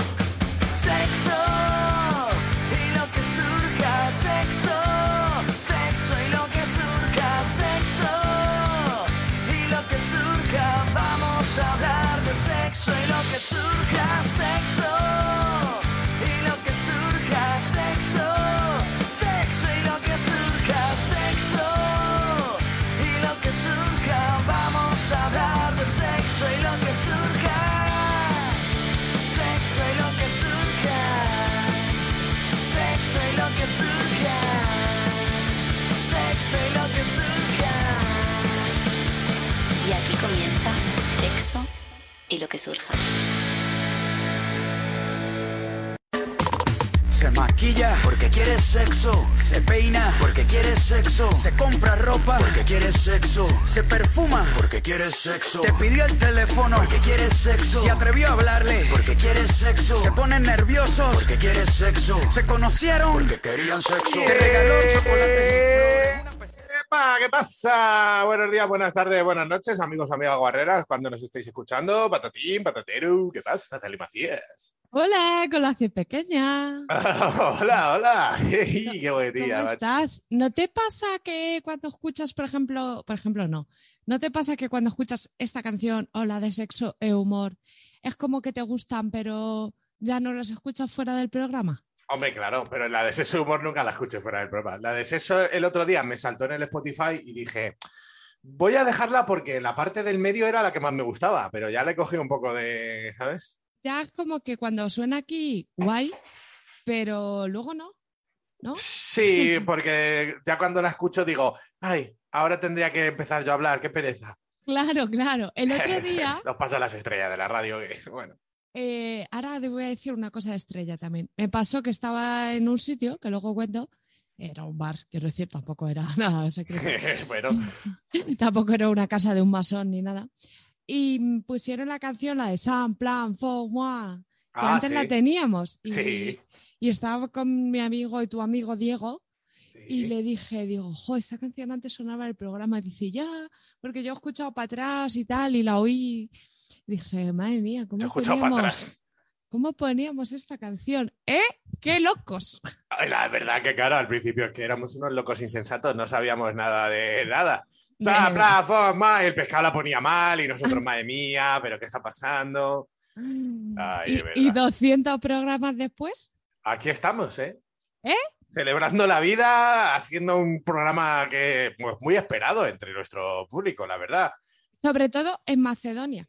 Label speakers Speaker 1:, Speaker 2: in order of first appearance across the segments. Speaker 1: Sexo y lo que surja, sexo, sexo y lo que surja, sexo y lo que surja, vamos a hablar de sexo y lo que surja, sexo y lo que surja, sexo, sexo y lo que surja, sexo y lo que surja, vamos a hablar de sexo y lo que surja. Sexo y lo que surja, sexo y lo que surja, sexo y lo que surja.
Speaker 2: Y aquí comienza sexo y lo que surja.
Speaker 3: Se maquilla porque quiere sexo. Se peina porque quiere sexo. Se compra ropa porque quiere sexo. Se perfuma porque quiere sexo. Te pidió el teléfono porque quiere sexo. Se atrevió a hablarle porque quiere sexo. Se ponen nerviosos porque quiere sexo. Se conocieron porque querían sexo. Te regaló chocolate.
Speaker 4: ¡Epa! ¿Qué pasa? Buenos días, buenas tardes, buenas noches, amigos, amigas guerreras, cuando nos estéis escuchando, patatín, patatero, ¿qué pasa, Tali Macías?
Speaker 5: Hola, con la C pequeña.
Speaker 4: hola, hola, Ey, qué buen día,
Speaker 5: ¿Cómo
Speaker 4: macho.
Speaker 5: estás? ¿No te pasa que cuando escuchas, por ejemplo, por ejemplo, no, no te pasa que cuando escuchas esta canción, Hola de sexo e humor, es como que te gustan, pero ya no las escuchas fuera del programa?
Speaker 4: Hombre, claro, pero la de Seso Humor nunca la escuché fuera del programa. La de Seso el otro día me saltó en el Spotify y dije, voy a dejarla porque la parte del medio era la que más me gustaba, pero ya le cogí un poco de, ¿sabes?
Speaker 5: Ya es como que cuando suena aquí, guay, pero luego no. ¿no?
Speaker 4: Sí, porque ya cuando la escucho digo, ay, ahora tendría que empezar yo a hablar, qué pereza.
Speaker 5: Claro, claro. El otro día,
Speaker 4: Nos pasa las estrellas de la radio, que bueno.
Speaker 5: eh, ahora te voy a decir una cosa de estrella también. Me pasó que estaba en un sitio, que luego cuento, era un bar, quiero decir, tampoco era nada secreto.
Speaker 4: bueno,
Speaker 5: tampoco era una casa de un masón ni nada. Y mm, pusieron la canción, la de San Plan, Fo, Moi, que
Speaker 4: ah,
Speaker 5: antes la
Speaker 4: sí,
Speaker 5: teníamos. Y,
Speaker 4: Sí.
Speaker 5: y estaba con mi amigo y tu amigo Diego,
Speaker 4: sí.
Speaker 5: y le dije, digo, jo, esta canción antes sonaba en el programa. Y dice, ya, porque yo he escuchado para atrás y tal, y la oí. Y dije, madre mía,
Speaker 4: Yo he
Speaker 5: ¿cómo
Speaker 4: escuchado para
Speaker 5: poníamos,
Speaker 4: atrás.
Speaker 5: ¿cómo poníamos esta canción? ¿Eh? ¡Qué locos!
Speaker 4: Ay, la verdad que claro, al principio es que éramos unos locos insensatos, no sabíamos nada de nada. Sa,
Speaker 5: De
Speaker 4: pla, fo, ma, y El pescado la ponía mal y nosotros, madre mía, pero ¿qué está pasando? Ay, es
Speaker 5: y, y
Speaker 4: verdad.
Speaker 5: 200 programas después,
Speaker 4: Aquí estamos, ¿eh?
Speaker 5: ¿Eh?
Speaker 4: Celebrando la vida, haciendo un programa que pues, muy esperado entre nuestro público, la verdad.
Speaker 5: sobre todo en Macedonia.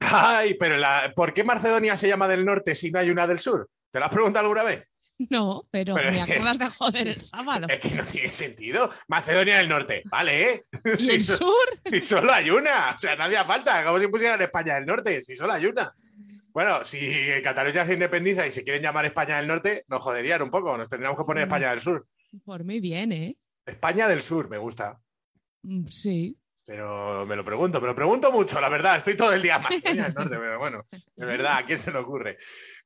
Speaker 4: Ay, pero la- ¿por qué Macedonia se llama del norte si no hay una del sur? ¿Te lo has preguntado alguna vez?
Speaker 5: No, pero
Speaker 4: Pero
Speaker 5: me
Speaker 4: es que-
Speaker 5: acabas de joder el sábado.
Speaker 4: Es que no tiene sentido. Macedonia del norte, ¿vale? ¿eh?
Speaker 5: ¿Y el
Speaker 4: Sí, so-
Speaker 5: sur?
Speaker 4: Y solo hay una, o sea, no hacía falta, como si pusieran España del Norte, si solo hay una. Bueno, si Cataluña se independiza y se quieren llamar España del Norte, nos joderían un poco, nos tendríamos que poner
Speaker 5: Mm.
Speaker 4: España del Sur.
Speaker 5: Por mí bien, ¿eh?
Speaker 4: España del Sur, me gusta,
Speaker 5: Mm, Sí.
Speaker 4: pero me lo pregunto, me lo pregunto mucho, la verdad, estoy todo el día más España del Norte, pero bueno, de verdad, ¿a quién se le ocurre?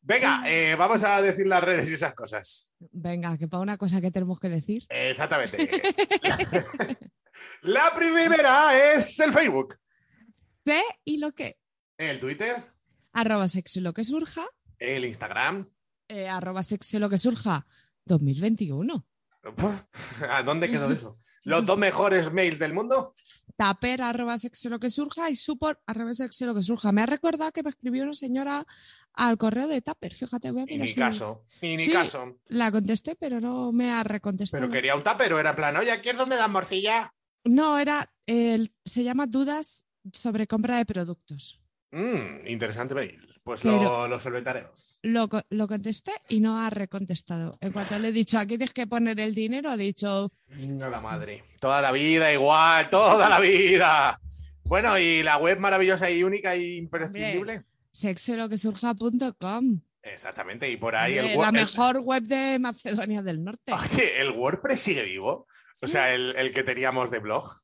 Speaker 4: Venga, eh, vamos a decir las redes y esas cosas.
Speaker 5: Venga, que para una cosa que tenemos que decir.
Speaker 4: Exactamente. La primera es el Facebook,
Speaker 5: Sé y lo que.
Speaker 4: el Twitter,
Speaker 5: Arroba sexo y lo que surja.
Speaker 4: el Instagram.
Speaker 5: eh, arroba sexo y lo que surja 2021.
Speaker 4: ¿A dónde quedó eso? ¿Los dos mejores mails del mundo?
Speaker 5: Taper arroba sexo y lo que surja y supor arroba sexo y lo que surja. Me ha recordado que me escribió una señora al correo de Taper. Fíjate, voy a
Speaker 4: Y
Speaker 5: mirar
Speaker 4: ni
Speaker 5: si
Speaker 4: caso. Y ni
Speaker 5: Sí.
Speaker 4: caso.
Speaker 5: La contesté, pero no me ha recontestado.
Speaker 4: Pero quería un tapero, era en plan, oye, aquí es donde dan morcilla.
Speaker 5: No, era. el- se llama Dudas sobre compra de productos.
Speaker 4: Mm, interesante mail. Pues lo,
Speaker 5: Pero-
Speaker 4: lo solventaremos.
Speaker 5: lo, co- lo contesté y no ha recontestado. En cuanto le he dicho, aquí tienes que poner el dinero, ha dicho,
Speaker 4: No la madre. Toda la vida igual, toda la vida. Bueno, y la web maravillosa y única e imprescindible.
Speaker 5: Sexoloquesurja.com.
Speaker 4: Exactamente, y por ahí el
Speaker 5: Eh, la
Speaker 4: Word-
Speaker 5: mejor web de Macedonia del Norte.
Speaker 4: Oye, el WordPress sigue vivo. O sea, el, el que teníamos de blog.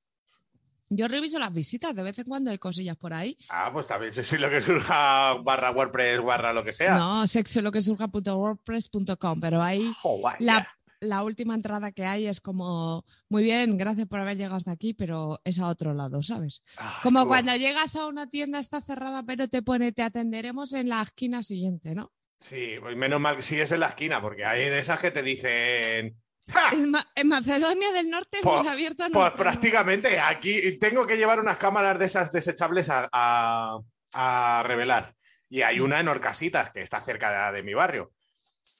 Speaker 5: Yo reviso las visitas, de vez en cuando hay cosillas por ahí.
Speaker 4: Ah, pues también si lo que surja barra WordPress, barra lo que sea.
Speaker 5: No, sexoloquesurja.wordpress.com, pero ahí
Speaker 4: Jo, Oh, vaya.
Speaker 5: la, la última entrada que hay es como, muy bien, gracias por haber llegado hasta aquí, pero es a otro lado, ¿sabes?
Speaker 4: Ay,
Speaker 5: Como
Speaker 4: tú.
Speaker 5: cuando llegas a una tienda, está cerrada, pero te pone, te atenderemos en la esquina siguiente, ¿no?
Speaker 4: Sí, pues menos mal que sigues en la esquina, porque hay de esas que te dicen. "Ja,
Speaker 5: En, Ma- en Macedonia del Norte
Speaker 4: Pues-
Speaker 5: hemos abierto...
Speaker 4: Pues
Speaker 5: nuestra-
Speaker 4: prácticamente aquí tengo que llevar unas cámaras de esas desechables a, a- a revelar. Y hay una en Orcasitas, que está cerca de, de mi barrio.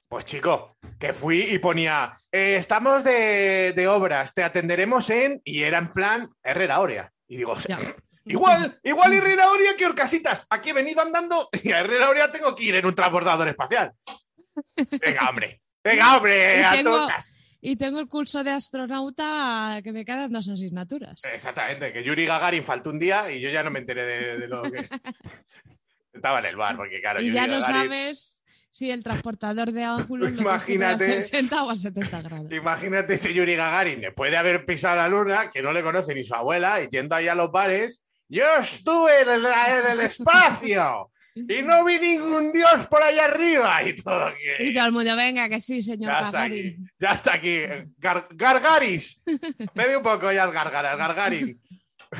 Speaker 4: Pues chico, que fui y ponía, "Eh, estamos de, de obras, te atenderemos en... Y era en plan Herrera Oria. Y digo,
Speaker 5: Ya.
Speaker 4: igual, igual Herrera Oria que Orcasitas. Aquí he venido andando y a Herrera Oria tengo que ir en un transbordador espacial. Venga, hombre. Venga, hombre,
Speaker 5: Y
Speaker 4: a
Speaker 5: tengo-
Speaker 4: tocas.
Speaker 5: Y tengo el curso de astronauta que me quedan dos asignaturas.
Speaker 4: Eh, Exactamente, que Yuri Gagarin faltó un día y yo ya no me enteré de, de lo que. Estaba en el bar, porque claro,
Speaker 5: y
Speaker 4: Yuri
Speaker 5: ya no
Speaker 4: Gagarin-
Speaker 5: sabes si el transportador de ángulos lo coge a
Speaker 4: Imagínate.
Speaker 5: 60 o a 70 grados.
Speaker 4: Imagínate si Yuri Gagarin, después de haber pisado la luna, que no le conoce ni su abuela, y yendo ahí a los bares, yo estuve en el, en el espacio y no vi ningún dios por allá arriba y todo. que-
Speaker 5: Y todo el mundo, venga, que sí, señor
Speaker 4: eh, Ya está aquí,
Speaker 5: Gagarin.
Speaker 4: ya está aquí. Gar- Gargaris, bebe un poco ya el Gargaras, Gargarin.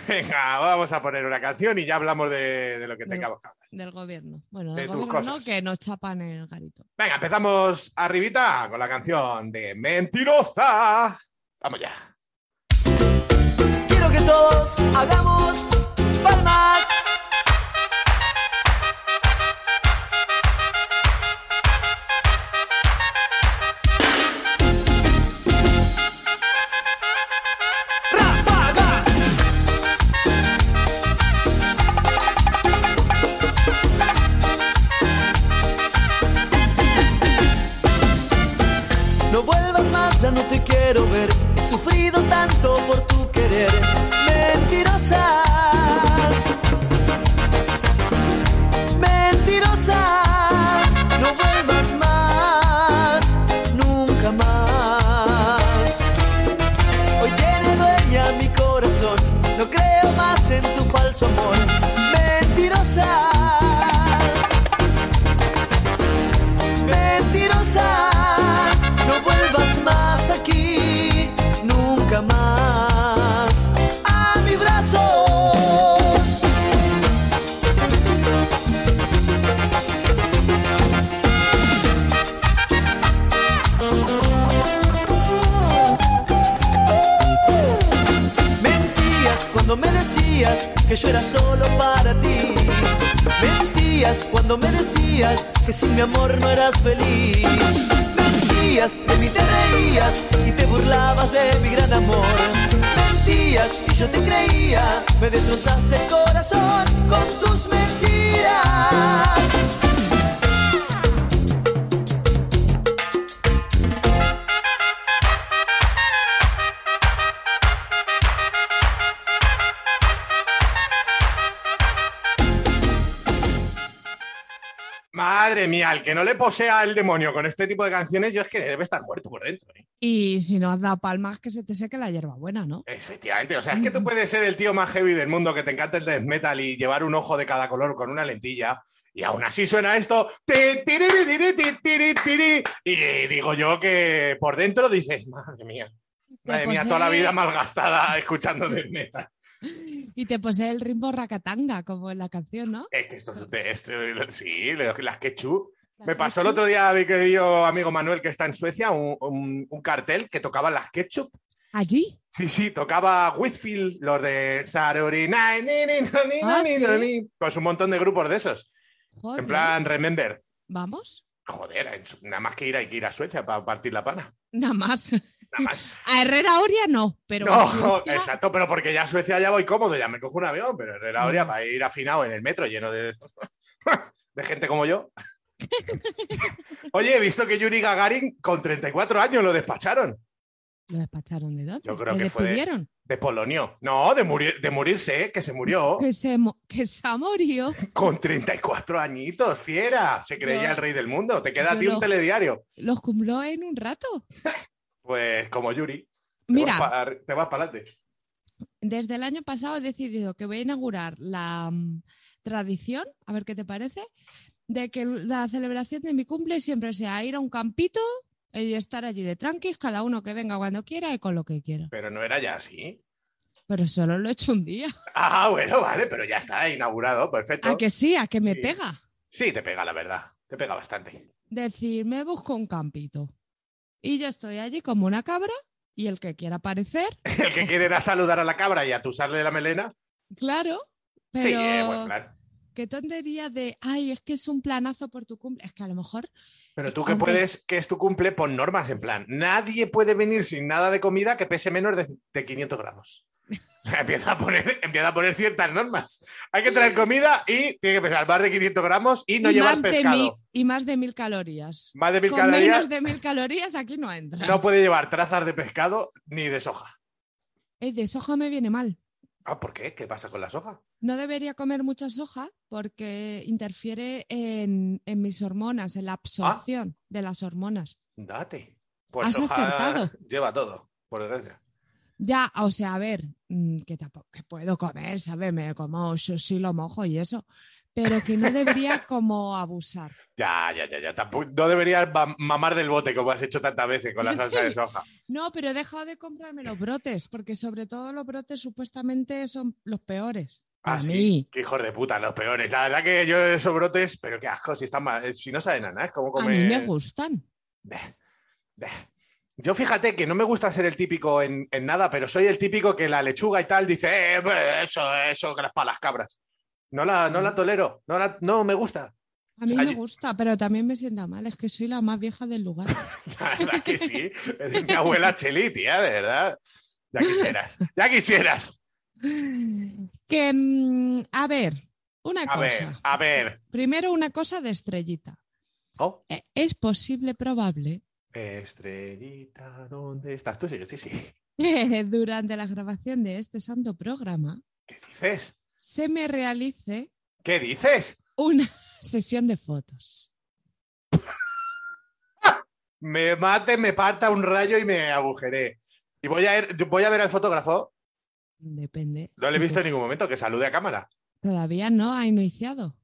Speaker 4: Venga, vamos a poner una canción y ya hablamos de, de lo que
Speaker 5: De lo-
Speaker 4: tengamos que hablar.
Speaker 5: Del gobierno. Bueno,
Speaker 4: De
Speaker 5: del
Speaker 4: tus
Speaker 5: gobierno no,
Speaker 4: cosas.
Speaker 5: que nos chapan el garito.
Speaker 4: Venga, empezamos arribita con la canción de Mentirosa. Vamos ya.
Speaker 1: Quiero que todos hagamos palmas. Ráfaga. No vuelvas más, ya no te quiero ver. He sufrido tanto por tu querer, mentirosa. Mentirosa, no vuelvas más, nunca más. Hoy tiene dueña mi corazón, no creo más en tu falso amor, mentirosa mentirosa, no vuelvas más aquí, nunca más a mis brazos. Mentías cuando me decías que yo era solo para ti. Mentías cuando me decías que sin mi amor no eras feliz. Mentías, de mí te reías y te burlabas de mi gran amor. Mentías y yo te creía, me destrozaste el corazón con tus mentiras.
Speaker 4: Madre mía, el que no le posea el demonio con este tipo de canciones, yo es que debe estar muerto por dentro. ¿eh?
Speaker 5: Y si no has dado palmas, que se te seque la hierba buena, ¿no?
Speaker 4: Efectivamente, o sea, es que tú puedes ser el tío más heavy del mundo que te encanta el death metal y llevar un ojo de cada color con una lentilla. Y aún así suena esto. ti, tiri, tiri, ti, tiri, tiri. Y digo yo que por dentro dices, madre mía, madre mía, toda la
Speaker 5: posee-
Speaker 4: vida malgastada escuchando death metal.
Speaker 5: Y te posee el ritmo racatanga, como en la canción, ¿no?
Speaker 4: Es que esto es de- este- sí, las quechu.
Speaker 5: La
Speaker 4: Me pasó el
Speaker 5: Ketchup.
Speaker 4: otro día, mi querido amigo Manuel, que está en Suecia, un, un- un cartel que tocaba las ketchup.
Speaker 5: ¿Allí?
Speaker 4: Sí, sí, tocaba Whitfield, los de Saruri, na, ni, ni, no, ni, no,
Speaker 5: Ah,
Speaker 4: ni,
Speaker 5: ¿sí?
Speaker 4: no, ni. pues un montón de grupos de esos.
Speaker 5: Joder.
Speaker 4: En plan, remember.
Speaker 5: ¿Vamos?
Speaker 4: Joder, en Su- nada más que ir, hay que ir a Suecia para partir la pana.
Speaker 5: Nada más.
Speaker 4: Nada más.
Speaker 5: A Herrera Oria no, pero... a
Speaker 4: No,
Speaker 5: Suecia-
Speaker 4: exacto, pero porque ya a Suecia ya voy cómodo, ya me cojo un avión, pero era
Speaker 5: Mm.
Speaker 4: hora para ir afinado en el metro lleno de, de gente como yo. Oye, he visto que Yuri Gagarin con 34 años lo despacharon.
Speaker 5: ¿Lo despacharon de dónde?
Speaker 4: Yo creo
Speaker 5: ¿Le
Speaker 4: que fue de-
Speaker 5: despidieron?
Speaker 4: De Polonio. No, de, morir, de morirse, ¿eh? que se murió
Speaker 5: Que se, mo- que se ha morido.
Speaker 4: con 34 añitos, fiera. Se creía
Speaker 5: Yo-
Speaker 4: el rey del mundo. Te queda a
Speaker 5: yo
Speaker 4: ti un
Speaker 5: no.
Speaker 4: telediario.
Speaker 5: Los cumplió en un rato.
Speaker 4: Pues como Yuri. te vas
Speaker 5: Mira,
Speaker 4: pa- te vas para adelante.
Speaker 5: desde el año pasado he decidido que voy a inaugurar la mm, tradición, a ver qué te parece, de que la celebración de mi cumple siempre sea ir a un campito y estar allí de tranquis, cada uno que venga cuando quiera y con lo que quiera.
Speaker 4: Pero no era ya así.
Speaker 5: Pero solo lo he hecho un día.
Speaker 4: Ah, bueno, vale, pero ya está inaugurado. Perfecto.
Speaker 5: A Ah, que sí, a que me
Speaker 4: Sí.
Speaker 5: pega.
Speaker 4: Sí, te pega, la verdad. Te pega bastante.
Speaker 5: Decir, me busco un campito. Y yo estoy allí como una cabra y el que quiera aparecer,
Speaker 4: El que quiere era saludar a la cabra y atusarle la melena.
Speaker 5: claro. Pero
Speaker 4: Sí, eh, buen plan.
Speaker 5: qué tontería de, ay, es que es un planazo por tu cumple. Es que a lo mejor
Speaker 4: Pero tú que
Speaker 5: Aunque-
Speaker 4: puedes, que es tu cumple, pon normas en plan. Nadie puede venir sin nada de comida que pese menos de, de 500 gramos. O sea, empieza, a poner, empieza a poner ciertas normas. Hay que traer comida y tiene que pesar más de 500 gramos y no
Speaker 5: y,
Speaker 4: llevar
Speaker 5: más de
Speaker 4: pescado.
Speaker 5: mil, y más de mil calorías.
Speaker 4: Más de mil
Speaker 5: Con
Speaker 4: calorías.
Speaker 5: menos de mil calorías aquí no entras.
Speaker 4: No puede llevar trazas de pescado ni de soja.
Speaker 5: Ey, de soja me viene mal.
Speaker 4: Ah, ¿por qué? ¿Qué pasa con la soja?
Speaker 5: No debería comer mucha soja porque interfiere en, en mis hormonas, en la
Speaker 4: Ah.
Speaker 5: absorción de las hormonas.
Speaker 4: Date. Pues
Speaker 5: Has
Speaker 4: soja
Speaker 5: acertado.
Speaker 4: lleva todo, por desgracia.
Speaker 5: Ya, o sea, a ver, mm, que tampoco que puedo comer, ¿sabes? Me como sushi, lo mojo y eso, pero que no debería como abusar.
Speaker 4: Ya, ya, ya, ya. Tampoco, no deberías ma- mamar del bote como has hecho tantas veces con la
Speaker 5: Sí.
Speaker 4: salsa de soja.
Speaker 5: No, pero he dejado de comprarme los brotes, porque sobre todo los brotes supuestamente son los peores.
Speaker 4: Ah,
Speaker 5: Para
Speaker 4: sí.
Speaker 5: mí.
Speaker 4: Qué hijos de puta, los peores. La verdad que yo de esos brotes, pero qué asco, si están mal. Si no saben nada, es como
Speaker 5: A
Speaker 4: comer.
Speaker 5: mí me gustan.
Speaker 4: Beh, beh. Yo fíjate que no me gusta ser el típico en, en nada, pero soy el típico que la lechuga y tal dice, "Eh, beh, eso, eso, que las palas cabras. No la, no
Speaker 5: Mm.
Speaker 4: la tolero, no, la- no me gusta.
Speaker 5: A mí
Speaker 4: sea,
Speaker 5: me
Speaker 4: yo-
Speaker 5: gusta, pero también me sienta mal. Es que soy la más vieja del lugar.
Speaker 4: La verdad que sí. Es mi abuela Cheli, tía, de verdad. Ya quisieras, ya quisieras.
Speaker 5: que, mm, a ver, una
Speaker 4: A
Speaker 5: cosa.
Speaker 4: ver, a ver.
Speaker 5: Primero, una cosa de estrellita.
Speaker 4: Oh,
Speaker 5: E- Es posible, probable,
Speaker 4: estrellita, ¿dónde estás? Tú sí, sí, sí.
Speaker 5: que durante la grabación de este santo programa
Speaker 4: ¿Qué dices?
Speaker 5: se me realice
Speaker 4: ¿Qué dices?
Speaker 5: una sesión de fotos.
Speaker 4: me mate, me parta un rayo y me agujeré. Y voy a, ir- voy a ver al fotógrafo.
Speaker 5: Depende.
Speaker 4: No le he visto en ningún momento que salude a cámara.
Speaker 5: Todavía no ha iniciado.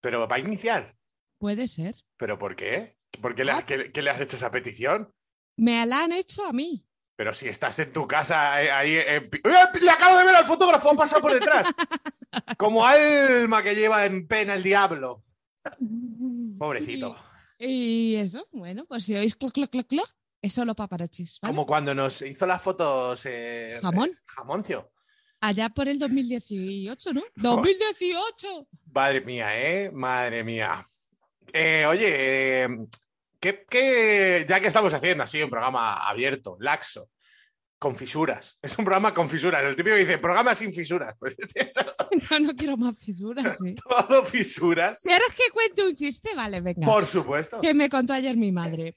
Speaker 4: Pero va a iniciar.
Speaker 5: Puede ser.
Speaker 4: ¿Pero por qué? ¿Por qué le, has- qué- qué le has hecho esa petición?
Speaker 5: Me la han hecho a mí.
Speaker 4: Pero si estás en tu casa eh, ahí... en pi- ¡Eh! ¡Le acabo de ver al fotógrafo! ¡Ha pasado por detrás! Como alma que lleva en pena el diablo. Pobrecito.
Speaker 5: Y eso, bueno, pues si oís cloc, cloc, cloc, cloc, es solo paparachis. ¿vale?
Speaker 4: Como cuando nos hizo las fotos... eh,
Speaker 5: Jamón.
Speaker 4: Jamoncio.
Speaker 5: Allá por el 2018, ¿no? ¡2018!
Speaker 4: Madre mía, ¿eh? Madre mía. Eh, oye, eh, ¿qué, qué- ya que estamos haciendo así un programa abierto, laxo, con fisuras, es un programa con fisuras, el típico que dice programa sin fisuras, pues
Speaker 5: No, no quiero más fisuras, ¿eh?
Speaker 4: todo fisuras,
Speaker 5: ¿Quieres que cuente un chiste? Vale, venga.
Speaker 4: por supuesto.
Speaker 5: Que me contó ayer mi madre.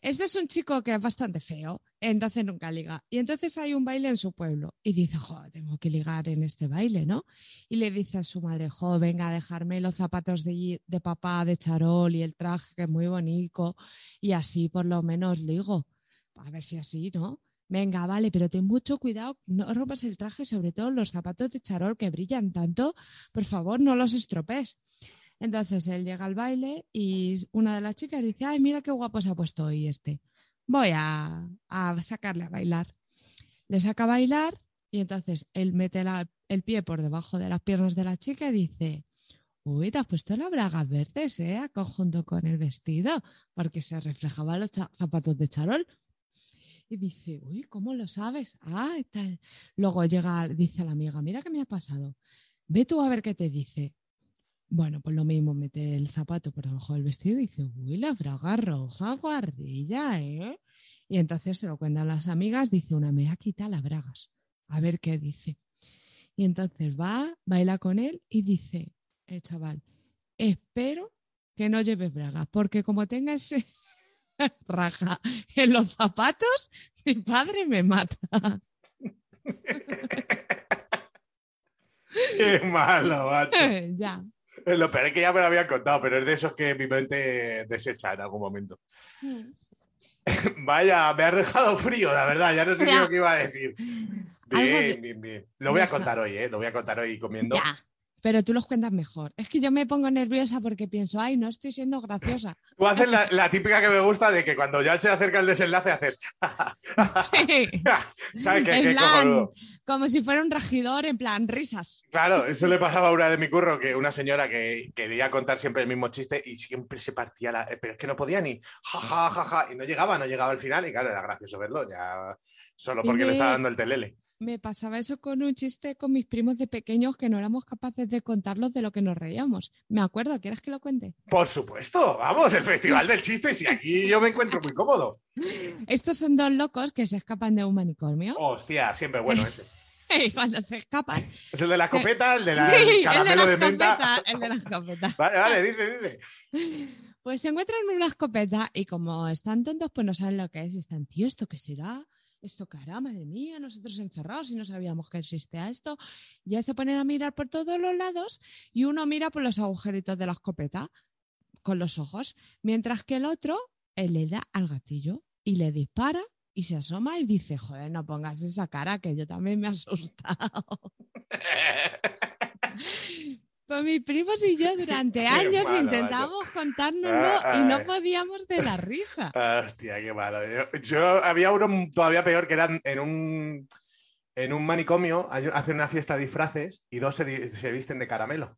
Speaker 5: Este es un chico que es bastante feo, entonces nunca liga. Y entonces hay un baile en su pueblo. Y dice, jo, tengo que ligar en este baile, ¿no? Y le dice a su madre, jo, venga, dejarme los zapatos de, de papá, de charol y el traje, que es muy bonito. Y así por lo menos ligo. A ver si así, ¿no? Venga, vale, pero ten mucho cuidado, no rompas el traje, sobre todo los zapatos de charol que brillan tanto, por favor, no los estropees. Entonces él llega al baile y una de las chicas dice, ay, mira qué guapo se ha puesto hoy este. Voy a, a sacarle a bailar. Le saca a bailar y entonces él mete la- el pie por debajo de las piernas de la chica y dice, uy, te has puesto las bragas verdes, ¿eh? A Conjunto con el vestido, porque se reflejaban los cha- zapatos de charol. Y dice, uy, ¿cómo lo sabes? Ah, y tal. Luego llega, dice a la amiga, mira qué me ha pasado. Ve tú a ver qué te dice. Bueno, pues lo mismo, mete el zapato por debajo del vestido y dice, uy, la fraga roja, guardilla, ¿eh? Y entonces se lo cuentan las amigas, dice una, me ha quitado las bragas, a ver qué dice. Y entonces va, baila con él y dice, el chaval, espero que no lleves bragas, porque como tenga ese raja en los zapatos, mi padre me mata.
Speaker 4: Qué malo, macho.
Speaker 5: ya.
Speaker 4: Lo peor es que ya me lo habían contado, pero es de esos que mi mente desecha en algún momento. Vaya, me has dejado frío, la verdad, ya no sé
Speaker 5: Ya.
Speaker 4: lo que iba a decir.
Speaker 5: Algo de-
Speaker 4: Bien, bien, bien. Lo voy a
Speaker 5: Deja.
Speaker 4: contar hoy, ¿eh? Lo voy a contar hoy comiendo.
Speaker 5: Ya. Pero tú los cuentas mejor. Es que yo me pongo nerviosa porque pienso, ay, no estoy siendo graciosa.
Speaker 4: Tú haces la, la típica que me gusta de que cuando ya se acerca el desenlace haces...
Speaker 5: Sí.
Speaker 4: ¿Sabes qué?
Speaker 5: En
Speaker 4: Qué
Speaker 5: plan.
Speaker 4: cojonudo.
Speaker 5: Como si fuera un regidor, en plan, risas.
Speaker 4: Claro, eso le pasaba a una de mi curro, que una señora que quería contar siempre el mismo chiste y siempre se partía la... Pero es que no podía ni... Ja, ja, ja, ja, y no llegaba, no llegaba al final y claro, era gracioso verlo, ya solo porque le
Speaker 5: Dime-
Speaker 4: estaba dando el telele.
Speaker 5: Me pasaba eso con un chiste con mis primos de pequeños que no éramos capaces de contarlos de lo que nos reíamos. Me acuerdo, ¿quieres que lo cuente?
Speaker 4: Por supuesto, vamos, el festival del chiste, si aquí yo me encuentro muy cómodo.
Speaker 5: Estos son dos locos que se escapan de un manicomio.
Speaker 4: Oh. Hostia, siempre bueno ese.
Speaker 5: Y cuando se escapan.
Speaker 4: Es el de la
Speaker 5: Sí.
Speaker 4: escopeta, el de la el
Speaker 5: sí, el de
Speaker 4: caramelo
Speaker 5: la
Speaker 4: de, menta.
Speaker 5: escopeta. El de la escopeta.
Speaker 4: Vale, vale, dice, dice.
Speaker 5: Pues se encuentran una escopeta y como están tontos, pues no saben lo que es. Y están, tío, ¿esto qué será? ¿Esto qué hará? Madre mía, nosotros encerrados y no sabíamos que existía esto. Ya se ponen a mirar por todos los lados y uno mira por los agujeritos de la escopeta con los ojos, mientras que el otro eh, le da al gatillo y le dispara y se asoma y dice, joder, no pongas esa cara que yo también me he asustado. Pues mis primos y yo durante años
Speaker 4: malo,
Speaker 5: intentamos contárnoslo
Speaker 4: Ah,
Speaker 5: y no
Speaker 4: ay.
Speaker 5: podíamos de la risa.
Speaker 4: Hostia, qué malo. Yo, yo- había uno todavía peor que eran en un, en un manicomio, hay- hacen una fiesta de disfraces y dos se, di- se visten de caramelo.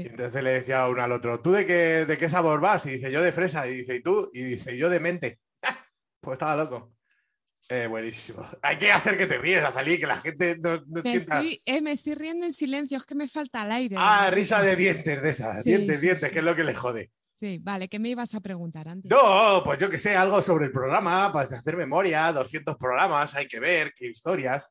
Speaker 4: Y entonces le decía uno al otro, ¿tú de qué, de qué sabor vas? Y dice, yo de fresa. Y dice, ¿y tú? Y dice, yo de mente. pues estaba loco. Eh, buenísimo. Hay que hacer que te ríes, Azalí, que la gente no, no
Speaker 5: Me
Speaker 4: sienta...
Speaker 5: estoy, eh, me estoy riendo en silencio, es que me falta el aire.
Speaker 4: Ah, risa de dientes de esas.
Speaker 5: Sí,
Speaker 4: dientes,
Speaker 5: sí,
Speaker 4: dientes,
Speaker 5: sí.
Speaker 4: que es lo que le jode.
Speaker 5: Sí, vale, ¿qué me ibas a preguntar antes?
Speaker 4: No, pues yo que sé, algo sobre el programa, para hacer memoria, 200 programas, hay que ver, qué historias.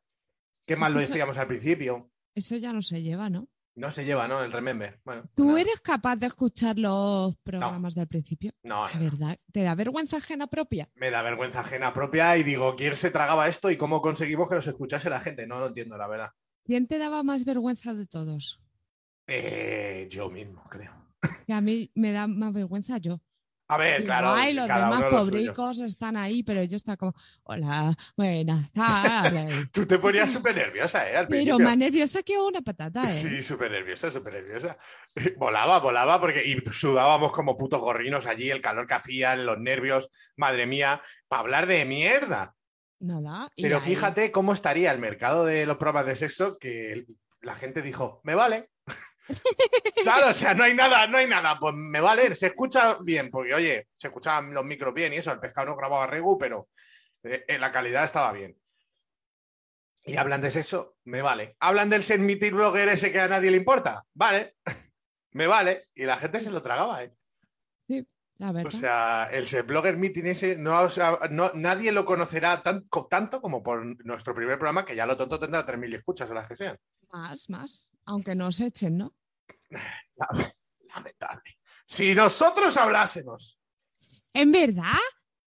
Speaker 4: ¿Qué más lo
Speaker 5: Eso-
Speaker 4: decíamos al principio?
Speaker 5: Eso ya no se lleva, ¿no?
Speaker 4: No se lleva, ¿no? El remember. Bueno,
Speaker 5: ¿Tú
Speaker 4: nada.
Speaker 5: eres capaz de escuchar los programas del principio?
Speaker 4: No,
Speaker 5: La verdad, ¿te da vergüenza ajena propia?
Speaker 4: me da vergüenza ajena propia y digo, ¿quién se tragaba esto y cómo conseguimos que nos escuchase la gente? No lo entiendo, la verdad.
Speaker 5: ¿Quién te daba más vergüenza de todos?
Speaker 4: Eh, yo mismo, creo.
Speaker 5: Que a mí me da más vergüenza yo.
Speaker 4: A ver,
Speaker 5: Digo,
Speaker 4: Eh, claro.
Speaker 5: Ay, los
Speaker 4: cada
Speaker 5: demás
Speaker 4: uno lo suyo.
Speaker 5: pobricos están ahí, pero yo estaba como, hola, buenas tardes.
Speaker 4: Tú te ponías súper nerviosa, ¿eh? Al
Speaker 5: Pero
Speaker 4: principio.
Speaker 5: más nerviosa que una patata, ¿eh?
Speaker 4: Sí, súper nerviosa, súper nerviosa. Volaba, volaba, porque y sudábamos como putos gorrinos allí, el calor que hacía, los nervios, madre mía, para hablar de mierda.
Speaker 5: Nada. y
Speaker 4: Pero
Speaker 5: ahí-
Speaker 4: fíjate cómo estaría el mercado de los programas de sexo que el- la gente dijo, me vale. claro, o sea, no hay nada, no hay nada, pues me vale, se escucha bien, porque oye, se escuchaban los micros bien y eso, el pescado no grababa regu, pero eh, eh, la calidad estaba bien. Y hablan de sexo, me vale. Hablan del semitir blogger ese que a nadie le importa, vale, me vale. Y la gente se lo tragaba, ¿eh?
Speaker 5: La verdad.
Speaker 4: O sea, el Ser blogger meeting ese, no, o sea, no- nadie lo conocerá tan- co- tanto como por nuestro primer programa, que ya lo tonto tendrá 3.000 escuchas o las que sean.
Speaker 5: Más, más. Aunque nos echen, ¿no?
Speaker 4: Lamentable. Si nosotros hablásemos,
Speaker 5: En verdad,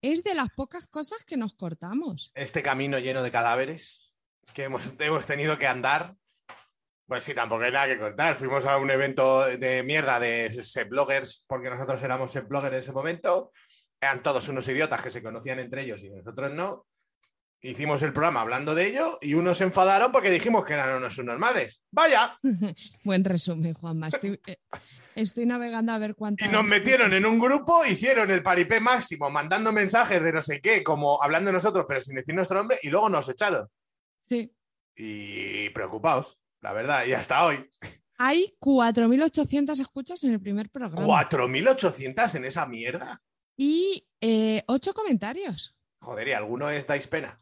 Speaker 5: es de las pocas cosas que nos cortamos.
Speaker 4: este camino lleno de cadáveres que hemos, hemos tenido que andar, pues sí, tampoco hay nada que contar. Fuimos a un evento de mierda de Ser bloggers, porque nosotros éramos Ser bloggers en ese momento. Eran todos unos idiotas que se conocían entre ellos y nosotros no. Hicimos el programa hablando de ello y unos se enfadaron porque dijimos que eran unos subnormales. ¡Vaya!
Speaker 5: Buen resumen, Juanma. Estoy, eh, estoy navegando a ver
Speaker 4: Y
Speaker 5: cuántas.
Speaker 4: nos metieron en un grupo, hicieron el paripé máximo, mandando mensajes de no sé qué, como hablando de nosotros, pero sin decir nuestro nombre, y luego nos echaron.
Speaker 5: Sí.
Speaker 4: Y preocupados, la verdad, y hasta hoy.
Speaker 5: Hay 4.800 escuchas en el primer programa.
Speaker 4: 4.800 en esa mierda.
Speaker 5: Y eh, ocho comentarios.
Speaker 4: Joder, y alguno es dais pena.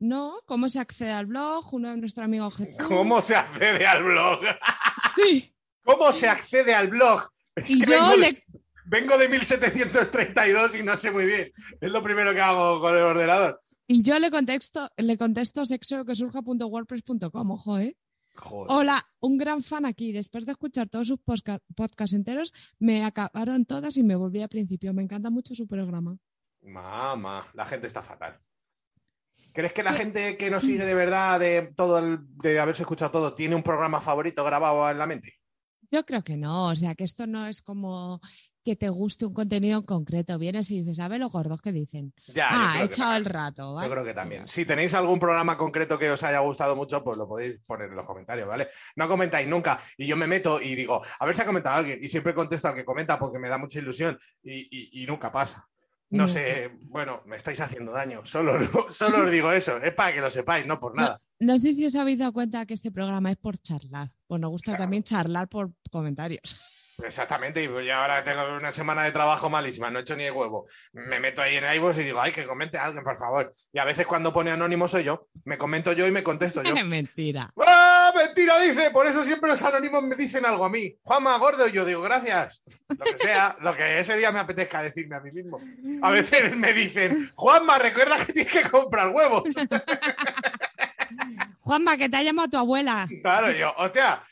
Speaker 5: ¿No? ¿Cómo se accede al blog? Uno de nuestro amigo Jesús.
Speaker 4: ¿Cómo se accede al blog?
Speaker 5: Sí.
Speaker 4: ¿Cómo se accede al blog? Es
Speaker 5: Y
Speaker 4: que
Speaker 5: yo
Speaker 4: vengo,
Speaker 5: le.
Speaker 4: vengo de 1732 y no sé muy bien. Es lo primero que hago con el ordenador.
Speaker 5: Y yo le contesto, le contesto sexo que surja.wordpress.com, ojo, ¿eh?
Speaker 4: Joder.
Speaker 5: Hola, un gran fan aquí. Después de escuchar todos sus posca- podcasts enteros, me acabaron todas y me volví al principio. Me encanta mucho su programa.
Speaker 4: Mamá, la gente está fatal. ¿Crees que la gente que nos sigue de verdad, de todo el- de haberse escuchado todo, tiene un programa favorito grabado en la mente?
Speaker 5: Yo creo que no, o sea, que esto no es como que te guste un contenido en concreto. Vienes y dices, a ver los gordos que dicen.
Speaker 4: Ya, yo
Speaker 5: Ah,
Speaker 4: creo
Speaker 5: he
Speaker 4: que
Speaker 5: echado el
Speaker 4: también.
Speaker 5: rato. ¿vale?
Speaker 4: Yo creo que también.
Speaker 5: Venga.
Speaker 4: Si tenéis algún programa concreto que os haya gustado mucho, pues lo podéis poner en los comentarios, ¿vale? No comentáis nunca. Y yo me meto y digo, a ver si ha comentado alguien. Y siempre contesto al que comenta porque me da mucha ilusión. Y, y- y nunca pasa. No,
Speaker 5: No.
Speaker 4: sé, bueno, me estáis haciendo daño. Solo, solo os digo eso. Es para que lo sepáis, no por nada.
Speaker 5: No sé si os habéis dado cuenta que este programa es por charlar. Pues nos gusta
Speaker 4: Claro.
Speaker 5: también charlar por comentarios.
Speaker 4: Exactamente. Y pues yo ahora tengo una semana de trabajo malísima. No he hecho ni el huevo. Me meto ahí en iVoox y digo, ay, que comente alguien, por favor. Y a veces cuando pone anónimo soy yo. Me comento yo y me contesto yo.
Speaker 5: Mentira.
Speaker 4: ¡Ah, mentira! Dice, por eso siempre los anónimos me dicen algo a mí. Juanma Gordo, y yo digo, gracias. Lo que sea, lo que ese día me apetezca decirme a mí mismo. A veces me dicen, Juanma, recuerda que tienes que comprar huevos.
Speaker 5: Juanma, que te ha llamado tu abuela.
Speaker 4: Claro, yo, hostia,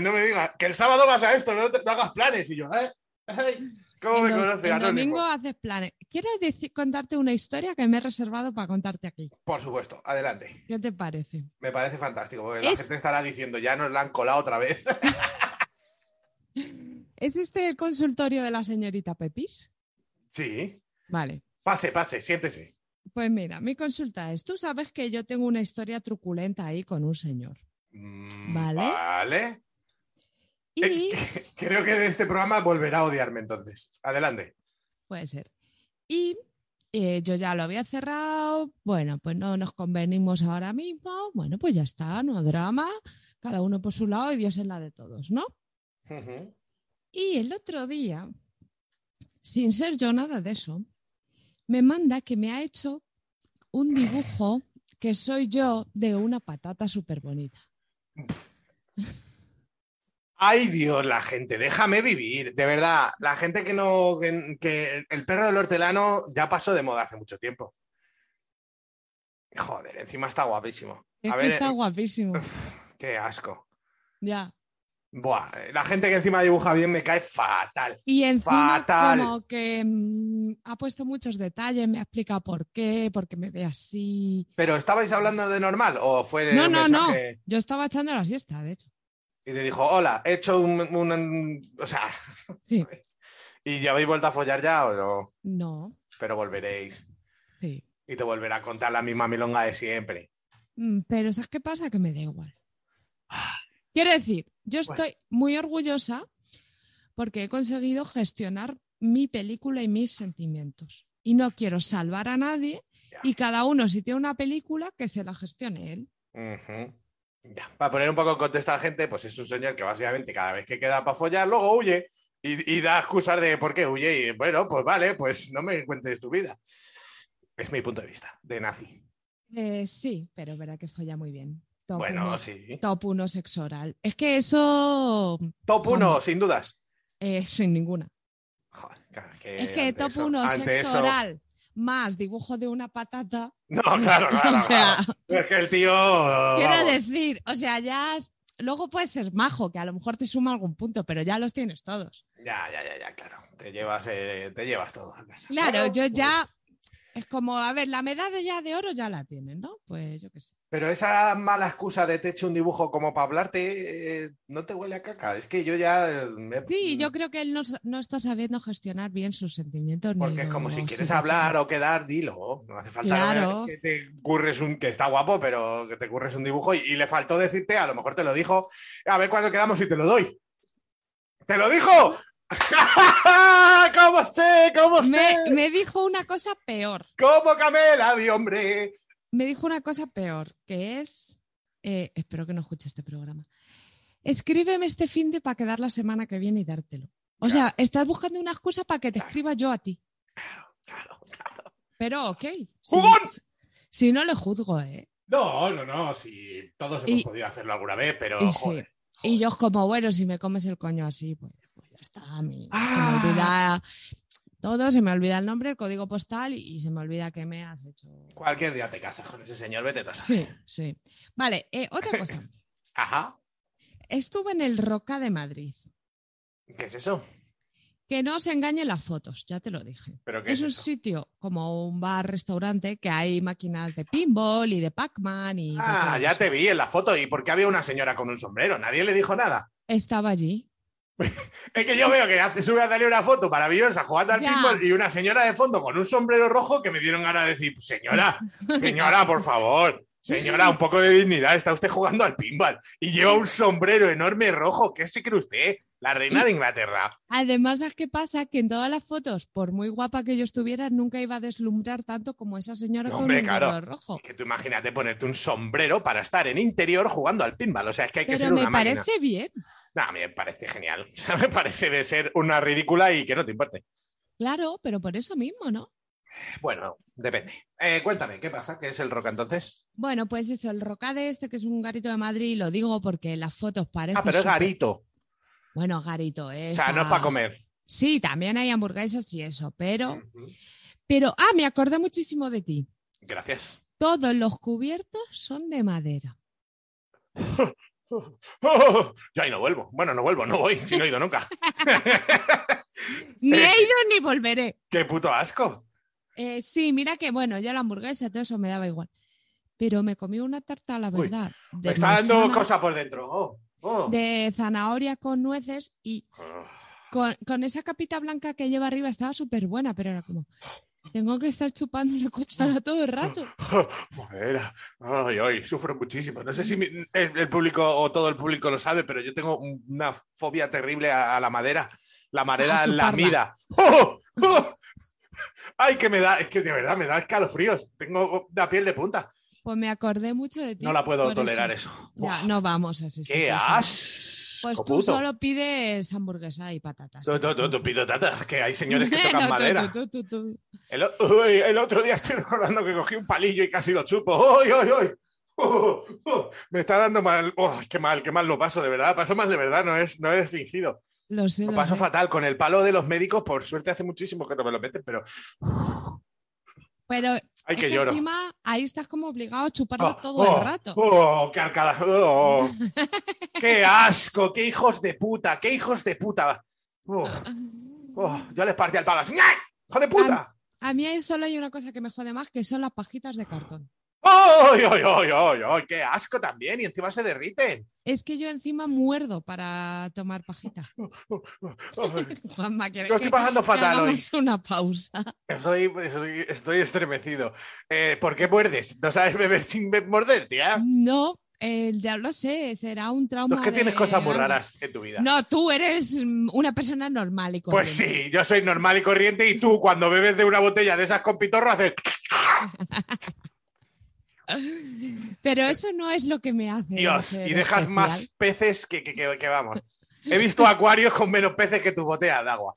Speaker 4: no me digas, que el sábado vas a esto, no, te, no hagas planes. Y yo, ¿eh? Ay, ¿Cómo
Speaker 5: El
Speaker 4: me
Speaker 5: do-
Speaker 4: conoce,
Speaker 5: el
Speaker 4: anónimo?
Speaker 5: domingo haces planes. Quiero decir, contarte una historia que me he reservado para contarte aquí.
Speaker 4: Por supuesto, adelante.
Speaker 5: ¿Qué te parece?
Speaker 4: Me parece fantástico, porque la
Speaker 5: Es-
Speaker 4: gente estará diciendo, ya nos la han colado otra vez.
Speaker 5: ¿Es este el consultorio de la señorita Pepis?
Speaker 4: sí,
Speaker 5: Vale.
Speaker 4: pase, pase, siéntese.
Speaker 5: Pues mira, mi consulta es, tú sabes que yo tengo una historia truculenta ahí con un señor.
Speaker 4: Mm,
Speaker 5: Vale.
Speaker 4: Vale.
Speaker 5: Y
Speaker 4: Creo que de este programa volverá a odiarme entonces. Adelante.
Speaker 5: puede ser. Y eh, yo ya lo había cerrado, bueno, pues no nos convenimos ahora mismo, bueno, pues ya está, no drama, cada uno por su lado y Dios en la de todos, ¿no? Y el otro día, sin ser yo nada de eso, me manda que me ha hecho un dibujo que soy yo de una patata súper bonita.
Speaker 4: Ay Dios, la gente, déjame vivir. De verdad, la gente que no, que, que el perro del hortelano ya pasó de moda hace mucho tiempo. Joder, encima está guapísimo.
Speaker 5: Es
Speaker 4: A
Speaker 5: que
Speaker 4: ver,
Speaker 5: está
Speaker 4: eh,
Speaker 5: guapísimo,
Speaker 4: qué asco.
Speaker 5: ya.
Speaker 4: Buah, la gente que encima dibuja bien me cae fatal.
Speaker 5: Y encima
Speaker 4: Fatal.
Speaker 5: como que mm, ha puesto muchos detalles, me ha explicado por qué, porque me ve así.
Speaker 4: Pero estabais hablando de normal o fue
Speaker 5: No,
Speaker 4: un
Speaker 5: no, no.
Speaker 4: mensaje
Speaker 5: Yo estaba echando la siesta, de hecho.
Speaker 4: y te dijo, hola, he hecho un, un- o sea,
Speaker 5: Sí.
Speaker 4: y ya habéis vuelto a follar ya o no,
Speaker 5: No,
Speaker 4: pero volveréis.
Speaker 5: sí.
Speaker 4: y te volverá a contar la misma milonga de siempre.
Speaker 5: Mm, Pero ¿sabes qué pasa? Que me da igual. Quiero decir, yo
Speaker 4: Ah, Bueno.
Speaker 5: estoy muy orgullosa porque he conseguido gestionar mi película y mis sentimientos. Y no quiero salvar a nadie
Speaker 4: Ya.
Speaker 5: y cada uno si tiene una película que se la gestione él.
Speaker 4: Ujú. Ya. Para poner un poco en contexto a la gente, pues es un señor que básicamente cada vez que queda para follar, luego huye y, y da excusas de por qué huye. Y bueno, pues vale, pues no me cuentes tu vida. Es mi punto de vista de nazi.
Speaker 5: Eh, sí, pero verá que folla muy bien. Top
Speaker 4: bueno,
Speaker 5: uno.
Speaker 4: sí.
Speaker 5: Top 1 sexo oral. Es que eso
Speaker 4: Top 1,
Speaker 5: Vamos.
Speaker 4: sin dudas.
Speaker 5: es sin ninguna.
Speaker 4: Joder, claro, que
Speaker 5: es que
Speaker 4: Eh, ante
Speaker 5: top
Speaker 4: eso-
Speaker 5: 1
Speaker 4: ante
Speaker 5: sexo
Speaker 4: eso-
Speaker 5: oral más dibujo de una patata.
Speaker 4: No, claro, claro.
Speaker 5: o sea,
Speaker 4: claro. Es que el tío.
Speaker 5: quiero
Speaker 4: vamos.
Speaker 5: decir, o sea, ya es- luego puedes ser majo, que a lo mejor te suma algún punto, pero ya los tienes todos.
Speaker 4: Ya, ya, ya, ya, claro. Te llevas, eh, te llevas todo. a casa.
Speaker 5: Claro,
Speaker 4: Bueno,
Speaker 5: yo ya
Speaker 4: pues-
Speaker 5: es como, a ver, la medalla de oro ya la tienen, ¿no? Pues yo qué sé.
Speaker 4: Pero esa mala excusa de te echo un dibujo como para hablarte, eh, no te huele a caca. Es que yo ya. eh, me-
Speaker 5: Sí, yo creo que él no, sa- no está sabiendo gestionar bien sus sentimientos. ni
Speaker 4: Porque es como
Speaker 5: lo-
Speaker 4: si quieres
Speaker 5: situación.
Speaker 4: hablar o quedar, dilo. No hace falta
Speaker 5: Claro.
Speaker 4: que te curres un. que está guapo, pero que te curres un dibujo y, y le faltó decirte, a lo mejor te lo dijo, a ver cuándo quedamos y te lo doy. ¡Te lo dijo! ¿Cómo sé? ¿Cómo sé?
Speaker 5: Me, me dijo una cosa peor.
Speaker 4: ¿Cómo camela, mi hombre?
Speaker 5: me dijo una cosa peor, que es, eh, espero que no escuche este programa, escríbeme este fin de para quedar la semana que viene y dártelo. O
Speaker 4: Claro.
Speaker 5: sea, estás buscando una excusa para que te
Speaker 4: Claro.
Speaker 5: escriba yo a ti.
Speaker 4: Claro, claro.
Speaker 5: Pero ok. si-
Speaker 4: ¡Jugón!
Speaker 5: Si, no le juzgo, ¿eh?
Speaker 4: No, no, no. Si todos hemos
Speaker 5: Y-
Speaker 4: podido hacerlo alguna vez, pero.
Speaker 5: y, sí.
Speaker 4: joder.
Speaker 5: Y yo es como, bueno, si me comes el coño así, pues, pues ya está. a mí
Speaker 4: Ah.
Speaker 5: Se me olvida todo, se me olvida el nombre, el código postal y, y se me olvida que me has hecho.
Speaker 4: Cualquier día te casas con ese señor, vete tú a saber.
Speaker 5: Sí, sí. Vale, eh, otra cosa.
Speaker 4: Ajá.
Speaker 5: Estuve en el Roca de Madrid.
Speaker 4: ¿Qué es eso?
Speaker 5: que Que no os engañen las fotos, ya te lo dije.
Speaker 4: ¿Pero qué
Speaker 5: Es
Speaker 4: es
Speaker 5: un
Speaker 4: eso?
Speaker 5: sitio como un bar, restaurante, que hay máquinas de pinball y de Pac-Man y... de
Speaker 4: Ah,
Speaker 5: todo
Speaker 4: ya
Speaker 5: eso.
Speaker 4: te vi en la foto. ¿Y por qué había una señora con un sombrero? Nadie le dijo nada.
Speaker 5: Estaba allí.
Speaker 4: Es que yo veo que hace- sube a darle una foto maravillosa jugando al
Speaker 5: Ya.
Speaker 4: pinball y una señora de fondo con un sombrero rojo que me dieron ganas de decir, señora, señora, por favor, señora, un poco de dignidad, está usted jugando al pinball y lleva un sombrero enorme rojo, ¿qué se cree usted? La reina de Inglaterra.
Speaker 5: Además, ¿sabes qué pasa? Que en todas las fotos, por muy guapa que yo estuviera, nunca iba a deslumbrar tanto como esa señora
Speaker 4: No,
Speaker 5: con
Speaker 4: hombre,
Speaker 5: un
Speaker 4: claro.
Speaker 5: gorro rojo.
Speaker 4: Que tú imagínate ponerte un sombrero para estar en interior jugando al pinball, o sea, es que hay que
Speaker 5: Pero
Speaker 4: ser
Speaker 5: me
Speaker 4: una máquina.
Speaker 5: parece bien.
Speaker 4: No, a mí me parece genial, O sea, me parece de ser una ridícula y que no te importe.
Speaker 5: Claro, pero por eso mismo, ¿no?
Speaker 4: Bueno, depende. Eh, cuéntame, ¿qué pasa? ¿Qué es el rock entonces?
Speaker 5: Bueno, pues eso, el Rocade este, que es un garito de Madrid, lo digo porque las fotos parecen...
Speaker 4: Ah, pero es
Speaker 5: súper-
Speaker 4: garito.
Speaker 5: Bueno, garito, ¿eh?
Speaker 4: O sea, no es para comer.
Speaker 5: Sí, también hay hamburguesas y eso, pero...
Speaker 4: Ujú.
Speaker 5: Pero, ah, me acordé muchísimo de ti.
Speaker 4: Gracias.
Speaker 5: Todos los cubiertos son de madera.
Speaker 4: Oh, yo ahí no vuelvo. Bueno, no vuelvo, no voy, si no he ido nunca.
Speaker 5: Ni he
Speaker 4: Eh,
Speaker 5: ido ni volveré.
Speaker 4: Qué puto asco.
Speaker 5: Eh, sí, mira que, bueno, yo la hamburguesa, todo eso me daba igual. Pero me comí una tarta, la
Speaker 4: Uy,
Speaker 5: verdad. de
Speaker 4: Me está dando
Speaker 5: manzana,
Speaker 4: cosa por dentro. Oh, oh.
Speaker 5: De zanahoria con nueces y con, con esa capita blanca que lleva arriba estaba súper buena, pero era como, tengo que estar chupando la cuchara todo el rato.
Speaker 4: Madera. Ay, ay, sufro muchísimo. No sé si mi- el, el público o todo el público lo sabe, pero yo tengo un- una fobia terrible a, a la madera. La madera
Speaker 5: A Ah, chuparla.
Speaker 4: lamida. ¡Oh! ¡Oh! Ay, que me da, es que de verdad me da escalofríos. Tengo la piel de punta.
Speaker 5: Pues me acordé mucho de ti.
Speaker 4: No la puedo
Speaker 5: por
Speaker 4: tolerar eso.
Speaker 5: Ya,
Speaker 4: Buah,
Speaker 5: no vamos a ese
Speaker 4: ¡Qué
Speaker 5: sitio, sí.
Speaker 4: asco!
Speaker 5: Pues tú
Speaker 4: puto.
Speaker 5: solo pides hamburguesa y patatas. ¿eh?
Speaker 4: No, no, no, no pido tatas, que hay señores que tocan
Speaker 5: No, tú,
Speaker 4: madera.
Speaker 5: tú, tú, tú, tú.
Speaker 4: El, o- uy, el otro día estoy recordando que cogí un palillo y casi lo chupo. ¡Uy, uy, uy! ¡Oh, oh! Me está dando mal. ¡Oh, ¡Qué mal, qué mal lo paso, de verdad! Paso mal de verdad, no es, no es fingido.
Speaker 5: Lo sé.
Speaker 4: Lo
Speaker 5: lo
Speaker 4: paso
Speaker 5: sé.
Speaker 4: fatal con el palo de los médicos. Por suerte hace muchísimo que no me lo meten, pero
Speaker 5: Pero
Speaker 4: hay
Speaker 5: es
Speaker 4: que lloro.
Speaker 5: encima ahí estás como obligado a chuparlo
Speaker 4: Oh,
Speaker 5: todo
Speaker 4: oh,
Speaker 5: el rato.
Speaker 4: ¡Oh, qué arcada! oh. ¡Qué asco! ¡Qué hijos de puta! ¡Qué hijos de puta! Oh, oh, yo les partí al palo. así, ¡Nyah! ¡Hijo de puta!
Speaker 5: A mí ahí solo hay una cosa que me jode más, que son las pajitas de cartón.
Speaker 4: ¡Ay, ay, ay, ay, ay! ¡Qué asco también! Y encima se derriten.
Speaker 5: Es que yo encima muerdo para tomar pajita.
Speaker 4: Ay,
Speaker 5: Juanma, ¿quieres
Speaker 4: Yo estoy
Speaker 5: que
Speaker 4: pasando fatal hoy.
Speaker 5: hagamos una pausa?
Speaker 4: Estoy, estoy, estoy estremecido. Eh, ¿Por qué muerdes? ¿No sabes beber sin be- morder, tía?
Speaker 5: No, eh, ya lo sé, será un
Speaker 4: Ah. Tú
Speaker 5: trauma.
Speaker 4: es que tienes
Speaker 5: de
Speaker 4: cosas muy
Speaker 5: algo.
Speaker 4: raras en tu vida.
Speaker 5: No, tú eres mm, una persona normal y
Speaker 4: pues
Speaker 5: corriente.
Speaker 4: sí, yo soy normal y corriente y tú cuando bebes de una botella de esas con pitorro haces...
Speaker 5: Pero eso no es lo que me hace.
Speaker 4: Eh, Dios,
Speaker 5: ser
Speaker 4: y dejas
Speaker 5: especial.
Speaker 4: más peces que, que- que- que vamos. He visto acuarios con menos peces que tu botella de agua.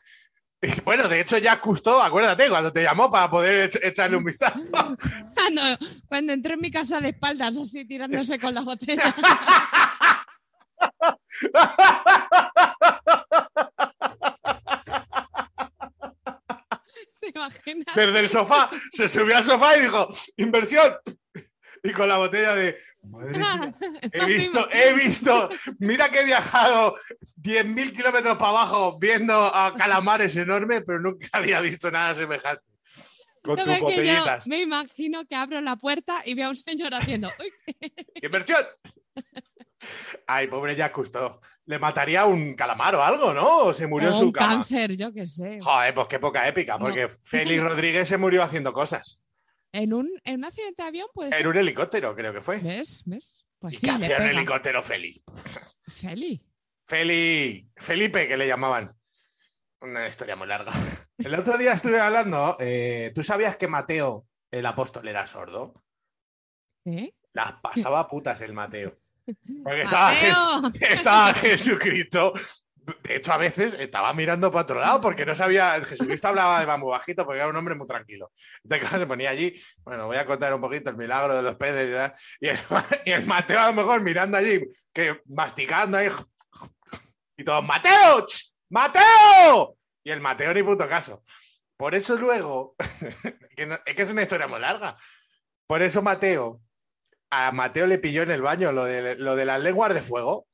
Speaker 4: Y bueno, de hecho ya Custo, acuérdate, cuando te llamó para poder ech- echarle un vistazo.
Speaker 5: Cuando, cuando entró en mi casa de espaldas, así tirándose con la botella. ¿Te imaginas?
Speaker 4: desde el sofá, se subió al sofá y dijo, inversión. Y con la botella de, madre mía, he
Speaker 5: No te
Speaker 4: visto,
Speaker 5: imaginas.
Speaker 4: he visto, mira que he viajado 10.000 kilómetros para abajo viendo a calamares enormes, pero nunca había visto nada semejante. Con
Speaker 5: No,
Speaker 4: tus
Speaker 5: pero es que yo
Speaker 4: botellitas.
Speaker 5: me imagino que abro la puerta y veo a un señor haciendo. "Uy,
Speaker 4: ¡Inversión! Ay, pobre Jacques Cousteau. Le mataría un calamar o algo, ¿no? ¿O se murió
Speaker 5: o
Speaker 4: en su
Speaker 5: un
Speaker 4: cama.
Speaker 5: cáncer, yo qué sé.
Speaker 4: Joder, pues qué poca épica, porque Félix Rodríguez se murió haciendo cosas.
Speaker 5: En un, en un accidente de avión puede
Speaker 4: En
Speaker 5: ser.
Speaker 4: un helicóptero, creo que fue.
Speaker 5: ¿Ves? ¿Ves?
Speaker 4: ¿Y
Speaker 5: Pues sí,
Speaker 4: qué
Speaker 5: le
Speaker 4: hacía un
Speaker 5: pega.
Speaker 4: helicóptero Félix?
Speaker 5: Feli.
Speaker 4: Feli, Felipe, que le llamaban. Una historia muy larga. El otro día estuve hablando, eh, ¿tú sabías que Mateo, el apóstol, era sordo?
Speaker 5: ¿Eh?
Speaker 4: Las pasaba putas el Mateo. Porque estaba, Jes-
Speaker 5: Mateo.
Speaker 4: estaba Jesucristo. De hecho, a veces estaba mirando para otro lado porque no sabía. Jesucristo hablaba de bambú bajito porque era un hombre muy tranquilo. Entonces, claro, se ponía allí. Bueno, voy a contar un poquito el milagro de los peces. ¿verdad? Y el, y el Mateo, a lo mejor, mirando allí, que masticando ahí. Y todos, ¡Mateo! ch, ¡Mateo! Y el Mateo ni puto caso. Por eso luego, que no- es que es una historia muy larga. Por eso Mateo, a Mateo le pilló en el baño lo de, lo de las lenguas de fuego.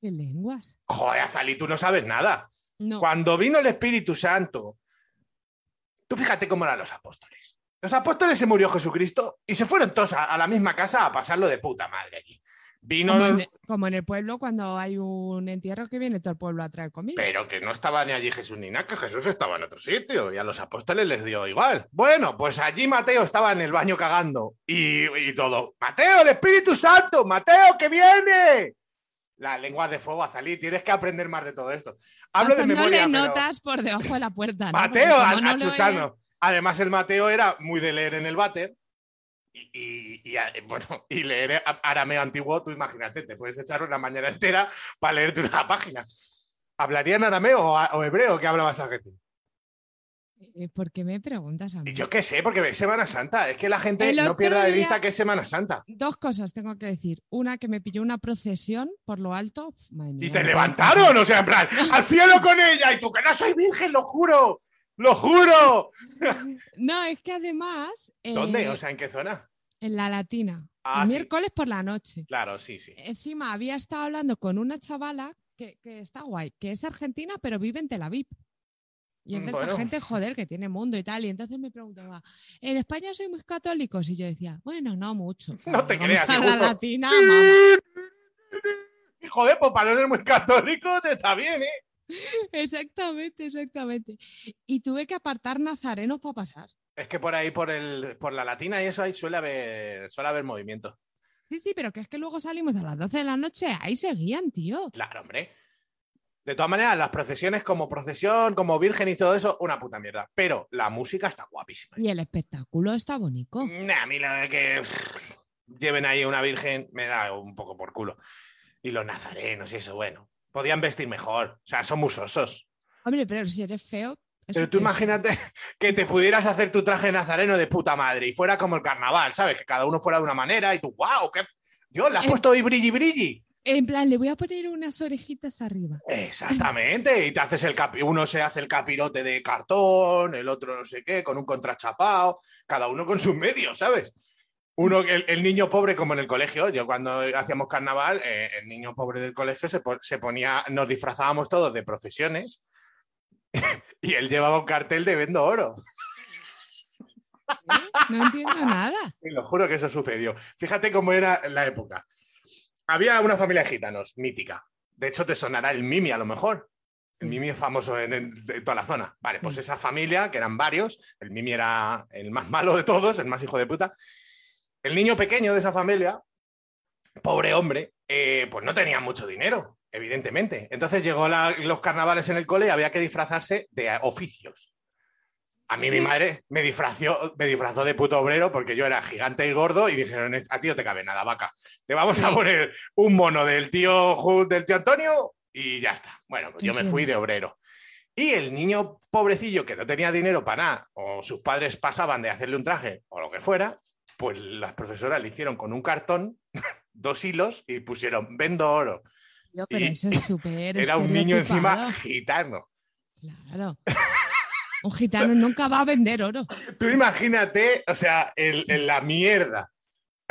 Speaker 5: ¿Qué lenguas?
Speaker 4: Joder, Azalí, tú no sabes nada.
Speaker 5: No.
Speaker 4: Cuando vino el Espíritu Santo, tú fíjate cómo eran los apóstoles. Los apóstoles se murió Jesucristo y se fueron todos a, a la misma casa a pasarlo de puta madre allí. Vino,
Speaker 5: Como, en, como en el pueblo, cuando hay un entierro que viene todo el pueblo a traer comida.
Speaker 4: pero que no estaba ni allí Jesús ni nada, que Jesús estaba en otro sitio y a los apóstoles les dio igual. Bueno, pues allí Mateo estaba en el baño cagando y, y todo. Mateo, el Espíritu Santo, Mateo, que viene. Las lenguas de fuego, Azalí, tienes que aprender más de todo esto. Hablo de memoria.
Speaker 5: Pasándole
Speaker 4: pero-
Speaker 5: notas por debajo de la puerta. Ah, ¿no?
Speaker 4: Mateo,
Speaker 5: Porque
Speaker 4: a,
Speaker 5: como no
Speaker 4: a
Speaker 5: lo
Speaker 4: Chuchano. Además, el Mateo era muy de leer en el váter. Y, y- y a- bueno, y leer a- arameo antiguo, tú imagínate, te puedes echar una mañana entera para leerte una página. ¿Hablarían arameo o, a- o hebreo que hablaba esa gente?
Speaker 5: es, eh, ¿Por qué me preguntas a mí?
Speaker 4: Y yo qué sé, porque es Semana Santa. Es que la gente
Speaker 5: El
Speaker 4: no
Speaker 5: otro
Speaker 4: pierda de
Speaker 5: día-
Speaker 4: vista que es Semana Santa.
Speaker 5: Dos cosas tengo que decir. Una, que me pilló una procesión por lo alto. Uf, madre
Speaker 4: Y
Speaker 5: mía,
Speaker 4: te
Speaker 5: me
Speaker 4: levantaron, o sea, en plan, al cielo con ella. Y tú, que no soy virgen, lo juro, lo juro.
Speaker 5: No, es que además. eh,
Speaker 4: ¿Dónde? O sea, ¿en qué zona?
Speaker 5: En la latina.
Speaker 4: Ah,
Speaker 5: el
Speaker 4: sí.
Speaker 5: miércoles por la noche.
Speaker 4: Claro, sí, sí.
Speaker 5: Encima había estado hablando con una chavala que, que está guay, que es argentina, pero vive en Tel Aviv. Y entonces
Speaker 4: Mm, Bueno.
Speaker 5: esta gente, joder, que tiene mundo y tal. Y entonces me preguntaba, ¿en España sois muy católicos? Y yo decía, bueno, no mucho. Claro,
Speaker 4: te
Speaker 5: vamos
Speaker 4: creas,
Speaker 5: a la
Speaker 4: seguro.
Speaker 5: latina, mamá.
Speaker 4: Joder, pues para no ser muy católico te está bien, ¿eh?
Speaker 5: Exactamente, exactamente. Y tuve que apartar nazarenos para pasar.
Speaker 4: Es que por ahí, por el, por la latina y eso, ahí suele haber, suele haber movimiento.
Speaker 5: Sí, sí, pero que es que luego salimos a las 12 de la noche, ahí seguían, tío.
Speaker 4: Claro, hombre. De todas maneras, las procesiones como procesión, como virgen y todo eso, una puta mierda. Pero la música está guapísima.
Speaker 5: Y el espectáculo está bonito.
Speaker 4: Nah, a mí la de que pff, lleven ahí una virgen me da un poco por culo. Y los nazarenos y eso, bueno. Podían vestir mejor. O sea, son musosos.
Speaker 5: Hombre, pero si eres feo. eso
Speaker 4: Pero tú
Speaker 5: te-
Speaker 4: imagínate que te pudieras hacer tu traje nazareno de puta madre y fuera como el carnaval, ¿sabes? Que cada uno fuera de una manera y tú, wow, qué... Dios, le has
Speaker 5: Eh.
Speaker 4: puesto hoy brilli brilli.
Speaker 5: En plan, le voy a poner unas orejitas arriba.
Speaker 4: Exactamente, y te haces el capi... uno se hace el capirote de cartón, el otro no sé qué, con un contrachapao, cada uno con sus medios, ¿sabes? Uno, el, el niño pobre como en el colegio, yo cuando hacíamos carnaval, eh, el niño pobre del colegio se, po- se ponía, nos disfrazábamos todos de procesiones y él llevaba un cartel de vendo oro.
Speaker 5: No entiendo nada.
Speaker 4: Te lo juro que eso sucedió. Fíjate cómo era la época. Había una familia de gitanos, mítica. De hecho, te sonará el Mimi a lo mejor. El
Speaker 5: Sí.
Speaker 4: Mimi es famoso en, en- de toda la zona. Vale, pues
Speaker 5: Sí.
Speaker 4: esa familia, que eran varios, el Mimi era el más malo de todos, el más hijo de puta. El niño pequeño de esa familia, pobre hombre, eh, pues no tenía mucho dinero, evidentemente. Entonces llegó la- los carnavales en el cole y había que disfrazarse de eh, oficios. A mí mi madre me disfrazó, me disfrazó de puto obrero porque yo era gigante y gordo y dijeron, a ti no te cabe nada, vaca. Te vamos a
Speaker 5: Sí.
Speaker 4: poner un mono del tío, Ju- del tío Antonio y ya está. Bueno, pues yo me
Speaker 5: Entiendo.
Speaker 4: fui de obrero. Y el niño pobrecillo que no tenía dinero para nada, o sus padres pasaban de hacerle un traje o lo que fuera, pues las profesoras le hicieron con un cartón dos hilos y pusieron vendo oro.
Speaker 5: Yo, pero
Speaker 4: Y-
Speaker 5: eso es súper.
Speaker 4: Era un niño encima
Speaker 5: estereotipado.
Speaker 4: gitano.
Speaker 5: Claro. Un gitano nunca va a vender oro.
Speaker 4: Tú imagínate, o sea, el- el- la mierda.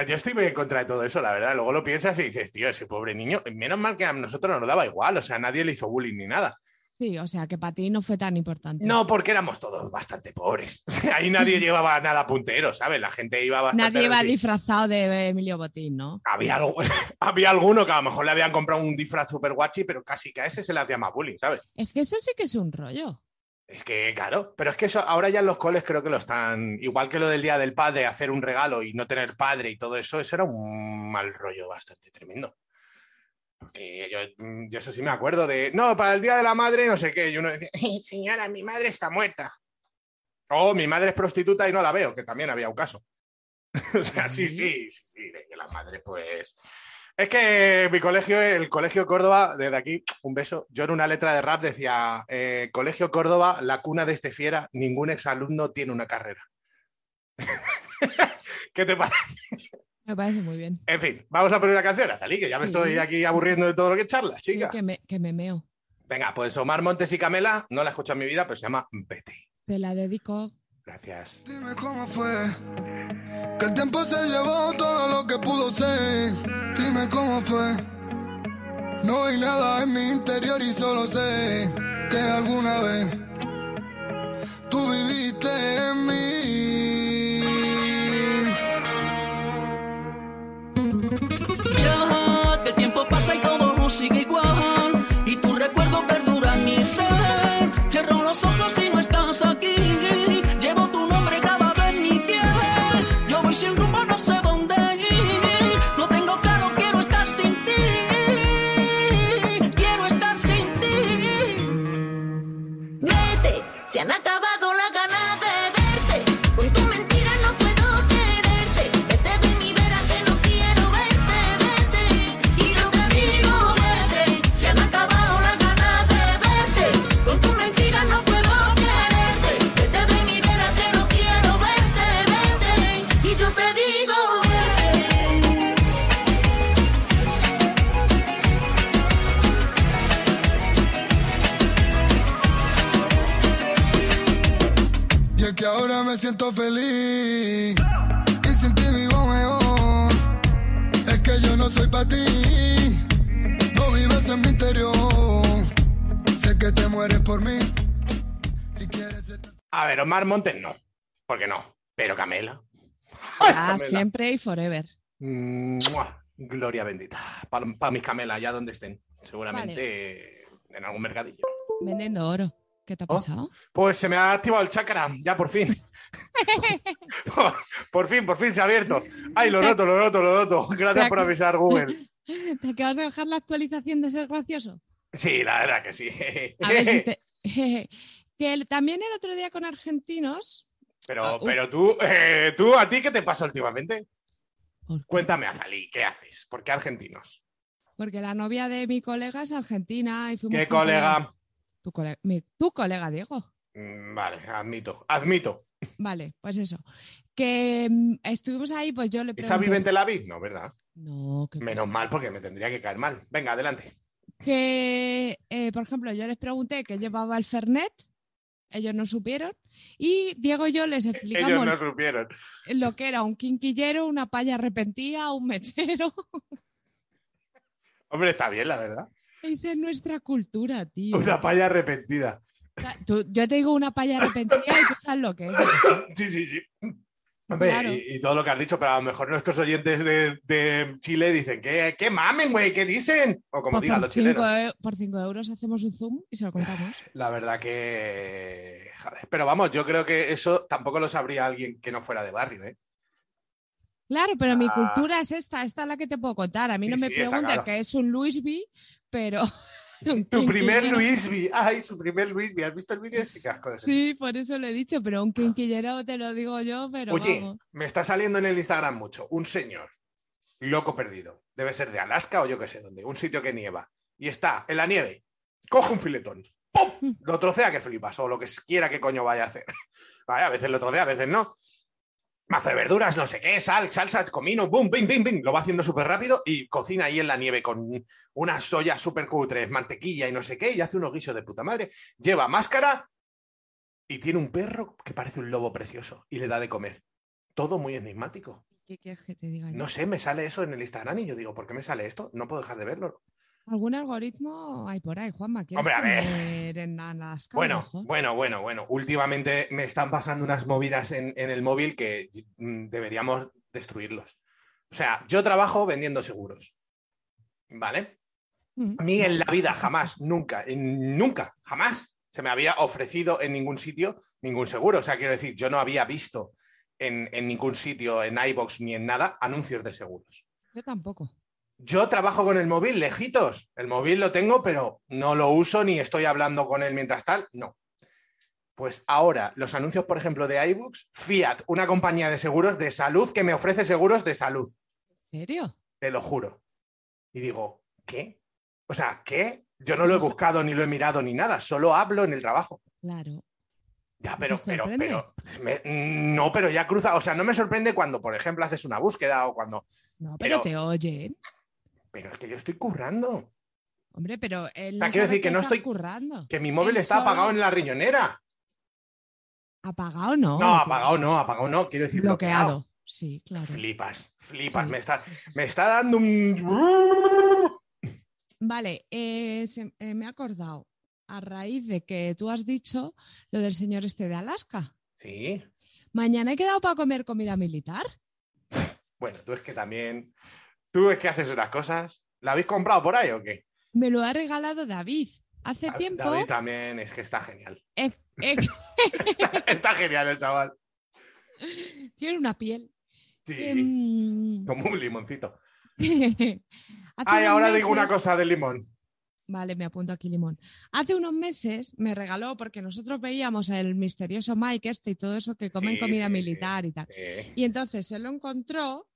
Speaker 4: Yo estoy muy en contra de todo eso, la verdad. Luego lo piensas y dices, tío, ese pobre niño, menos mal que a nosotros nos daba igual, o sea, nadie le hizo bullying ni nada.
Speaker 5: Sí, o sea, que para ti no fue tan importante.
Speaker 4: No, porque éramos todos bastante pobres. Ahí nadie llevaba nada puntero, ¿sabes? La gente iba bastante...
Speaker 5: Nadie va
Speaker 4: resi-
Speaker 5: disfrazado de Emilio Botín, ¿no?
Speaker 4: había, algo- había alguno que a lo mejor le habían comprado un disfraz super guachi, pero casi que a ese se le hacía más bullying, ¿sabes?
Speaker 5: Es que eso sí que es un rollo.
Speaker 4: Es que, claro, pero es que eso ahora ya en los coles creo que lo están, igual que lo del Día del Padre, hacer un regalo y no tener padre y todo eso, eso era un mal rollo bastante tremendo. Porque yo, mm, yo eso sí me acuerdo de, no, para el Día de la Madre, no sé qué, y uno decía, "Eh, señora, mi madre está muerta. O mi madre es prostituta y no la veo, que también había un caso. o sea, sí, sí, sí, sí, de que la madre, pues... Es que mi colegio, el Colegio Córdoba, desde aquí, un beso. Yo en una letra de rap decía: eh, Colegio Córdoba, la cuna de este fiera, ningún exalumno tiene una carrera. ¿Qué te pasa?
Speaker 5: Me parece muy bien.
Speaker 4: En fin, vamos a poner una canción, Azalí, que ya me
Speaker 5: Sí.
Speaker 4: estoy aquí aburriendo de todo lo que charlas,
Speaker 5: Sí,
Speaker 4: chica.
Speaker 5: que, me, que me meo.
Speaker 4: Venga, pues Omar Montes y Camela, no la he escuchado en mi vida, pero se llama Betty.
Speaker 5: Te la dedico.
Speaker 4: Gracias.
Speaker 6: Dime cómo fue que el tiempo se llevó todo lo que pudo ser. Dime cómo fue. No hay nada en mi interior y solo sé que algo
Speaker 7: Se han acabado la ganas de verte. Con tu mentira no puedo quererte. Vete de mi vera que no quiero verte, verte. Y yo te digo vete. Se han acabado la ganas de verte. Con tu mentira no puedo quererte. Vete de mi vera que no quiero verte, verte. Y yo te digo vete.
Speaker 6: Y es que ahora me siento feliz. Y sin ti vivo mejor. Es que yo no soy para ti. No vives en mi interior. Sé que te mueres por mí. Y quieres estar-
Speaker 4: A ver, Omar Montes no, porque no, pero Camela. Ay,
Speaker 5: Ah,
Speaker 4: Camela.
Speaker 5: siempre y forever.
Speaker 4: Mua, Gloria bendita. Para mis camelas, allá donde estén. Seguramente en algún mercadillo.
Speaker 5: Vendiendo oro. ¿Qué te ha
Speaker 4: Oh.
Speaker 5: pasado?
Speaker 4: Pues se me ha activado el chakra, ya por fin. por, por fin, por fin se ha abierto. Ay, lo noto, lo noto, lo noto. Gracias por avisar, Google.
Speaker 5: ¿Te acabas de bajar la actualización de ser gracioso?
Speaker 4: Sí, la verdad que sí.
Speaker 5: A ver si te... que el- también el otro día con argentinos... Ah,
Speaker 4: Pero,
Speaker 5: uh.
Speaker 4: pero tú, eh, tú, ¿a ti qué te pasa últimamente?
Speaker 5: ¿Por qué?
Speaker 4: Cuéntame, Azalí, ¿qué haces? ¿Por qué argentinos?
Speaker 5: Porque la novia de mi colega es argentina y fuimos
Speaker 4: ¿Qué
Speaker 5: juntos a-
Speaker 4: colega?
Speaker 5: Tu colega, mi- tu colega Diego.
Speaker 4: Mm, Vale, admito, admito.
Speaker 5: Vale, pues eso. Que mm, estuvimos ahí, pues yo le pregunté.
Speaker 4: ¿Esa vive en Tel Aviv? No, ¿verdad?
Speaker 5: No, que
Speaker 4: Menos mal, porque me tendría que caer mal. Venga, adelante.
Speaker 5: Que, eh, por ejemplo, yo les pregunté qué llevaba el Fernet. Ellos no supieron. Y Diego y yo les
Speaker 4: E-, Ellos
Speaker 5: explicamos
Speaker 4: no supieron.
Speaker 5: lo que era un quinquillero, una palla arrepentida, un mechero.
Speaker 4: Hombre, está bien, la verdad.
Speaker 5: Esa es nuestra cultura, tío.
Speaker 4: Una palla arrepentida.
Speaker 5: O sea, tú- yo te digo una palla arrepentida y tú sabes lo que es.
Speaker 4: Sí, sí, sí. Hombre,
Speaker 5: Claro.
Speaker 4: y, y todo lo que has dicho, pero a lo mejor nuestros oyentes de, de Chile dicen, ¿qué, qué mamen, güey? ¿Qué dicen? O como
Speaker 5: Pues
Speaker 4: digan
Speaker 5: por,
Speaker 4: los
Speaker 5: cinco,
Speaker 4: chilenos. Ah.
Speaker 5: eu- por cinco euros hacemos un zoom y se lo contamos.
Speaker 4: La verdad que... Joder. Pero vamos, yo creo que eso tampoco lo sabría alguien que no fuera de barrio, ¿eh?
Speaker 5: Claro, pero mi
Speaker 4: Ah.
Speaker 5: cultura es esta, esta es la que te puedo contar. A mí
Speaker 4: Sí,
Speaker 5: no me
Speaker 4: sí, está
Speaker 5: preguntan
Speaker 4: claro.
Speaker 5: que es un Luis B, pero. un
Speaker 4: Tu primer
Speaker 5: quinquillero-
Speaker 4: Luisby. Ay, su primer Luisby. ¿Has visto el vídeo? Sí, qué asco de ese.
Speaker 5: Sí, por eso lo he dicho, pero un quinquillero te lo digo yo, pero
Speaker 4: Oye,
Speaker 5: vamos.
Speaker 4: me está saliendo en el Instagram mucho un señor loco perdido. Debe ser de Alaska o yo qué sé dónde, un sitio que nieva. Y está en la nieve, coge un filetón, ¡pum! Lo trocea que flipas o lo que quiera que coño vaya a hacer. Vale, a veces lo trocea, a veces no. Mazo de verduras, no sé qué, sal, salsa, comino, boom, bing, bing, bing. Lo va haciendo súper rápido y cocina ahí en la nieve con unas ollas súper cutres, mantequilla y no sé qué, y hace unos guisos de puta madre. Lleva máscara y tiene un perro que parece un lobo precioso y le da de comer. Todo muy enigmático.
Speaker 5: ¿Qué quieres que te diga?
Speaker 4: No sé, me sale eso en el Instagram y yo digo, ¿por qué me sale esto? No puedo dejar de verlo.
Speaker 5: ¿Algún algoritmo hay por ahí, Juanma? ¿Quieres
Speaker 4: Hombre, a ver.
Speaker 5: comer en Alaska, a lo
Speaker 4: Bueno,
Speaker 5: mejor?
Speaker 4: bueno, bueno, bueno. Últimamente me están pasando unas movidas en, en el móvil que mm, deberíamos destruirlos. O sea, yo trabajo vendiendo seguros. ¿Vale?
Speaker 5: Mm.
Speaker 4: A mí en la vida, jamás, nunca, en- nunca, jamás se me había ofrecido en ningún sitio ningún seguro. O sea, quiero decir, yo no había visto en, en ningún sitio, en iBox ni en nada, anuncios de seguros.
Speaker 5: Yo tampoco.
Speaker 4: Yo trabajo con el móvil lejitos. El móvil lo tengo, pero no lo uso ni estoy hablando con él mientras tal. No. Pues ahora, los anuncios, por ejemplo, de iBooks, Fiat, una compañía de seguros de salud que me ofrece seguros de salud.
Speaker 5: ¿En serio?
Speaker 4: Te lo juro. Y digo, ¿qué? O sea, ¿qué? Yo no lo he
Speaker 5: No sé.
Speaker 4: buscado, ni lo he mirado, ni nada. Solo hablo en el trabajo.
Speaker 5: Claro.
Speaker 4: Ya, pero,
Speaker 5: Me
Speaker 4: pero,
Speaker 5: sorprende.
Speaker 4: pero. me- no, pero ya cruza. O sea, no me sorprende cuando, por ejemplo, haces una búsqueda o cuando.
Speaker 5: No, pero,
Speaker 4: Pero-
Speaker 5: te oyen.
Speaker 4: Pero es que yo estoy currando.
Speaker 5: Hombre, pero él
Speaker 4: O sea, quiero
Speaker 5: no sabe
Speaker 4: decir que no
Speaker 5: estás
Speaker 4: estoy-
Speaker 5: currando.
Speaker 4: Que mi móvil
Speaker 5: Él
Speaker 4: está
Speaker 5: solo-
Speaker 4: apagado en la riñonera.
Speaker 5: Apagado
Speaker 4: No,
Speaker 5: no. pues,
Speaker 4: apagado no, apagado no. Quiero decir, bloqueado.
Speaker 5: Bloqueado. Sí, claro.
Speaker 4: Flipas, flipas.
Speaker 5: Sí.
Speaker 4: Me, está, me está dando un.
Speaker 5: Vale, eh, se- eh, me he acordado a raíz de que tú has dicho lo del señor este de Alaska.
Speaker 4: Sí.
Speaker 5: Mañana he quedado para comer comida militar.
Speaker 4: Bueno, tú es que también. Tú es que haces unas cosas. ¿La habéis comprado por ahí o qué?
Speaker 5: Me lo ha regalado David. Hace
Speaker 4: Da-
Speaker 5: este tiempo.
Speaker 4: Ah, David también es que está genial.
Speaker 5: eh, eh,
Speaker 4: Está, está genial el chaval.
Speaker 5: tiene una piel.
Speaker 4: Sí.
Speaker 5: Em,
Speaker 4: Como un limoncito.
Speaker 5: hace
Speaker 4: Ay,
Speaker 5: unos
Speaker 4: ahora digo una
Speaker 5: meses-
Speaker 4: cosa del limón.
Speaker 5: Vale, me apunto aquí limón. Hace unos meses me regaló, porque nosotros veíamos el misterioso Mike este y todo eso que comen
Speaker 4: Sí,
Speaker 5: comida
Speaker 4: sí,
Speaker 5: militar y tal.
Speaker 4: Sí.
Speaker 5: Y entonces se lo encontró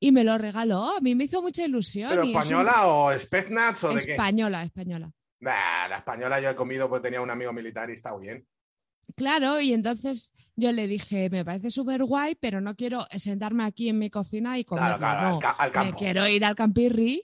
Speaker 5: y me lo regaló. A mí me hizo mucha ilusión.
Speaker 4: ¿Pero
Speaker 5: y es un-
Speaker 4: española o Spetsnaz o de qué?
Speaker 5: Española, española.
Speaker 4: Nah, la española yo he comido porque tenía un amigo militar y está bien.
Speaker 5: Claro, y entonces yo le dije, me parece súper guay, pero no quiero sentarme aquí en mi cocina y comerla.
Speaker 4: Claro, claro, al,
Speaker 5: no.
Speaker 4: ca- al
Speaker 5: Me
Speaker 4: campo.
Speaker 5: quiero ir al campirri,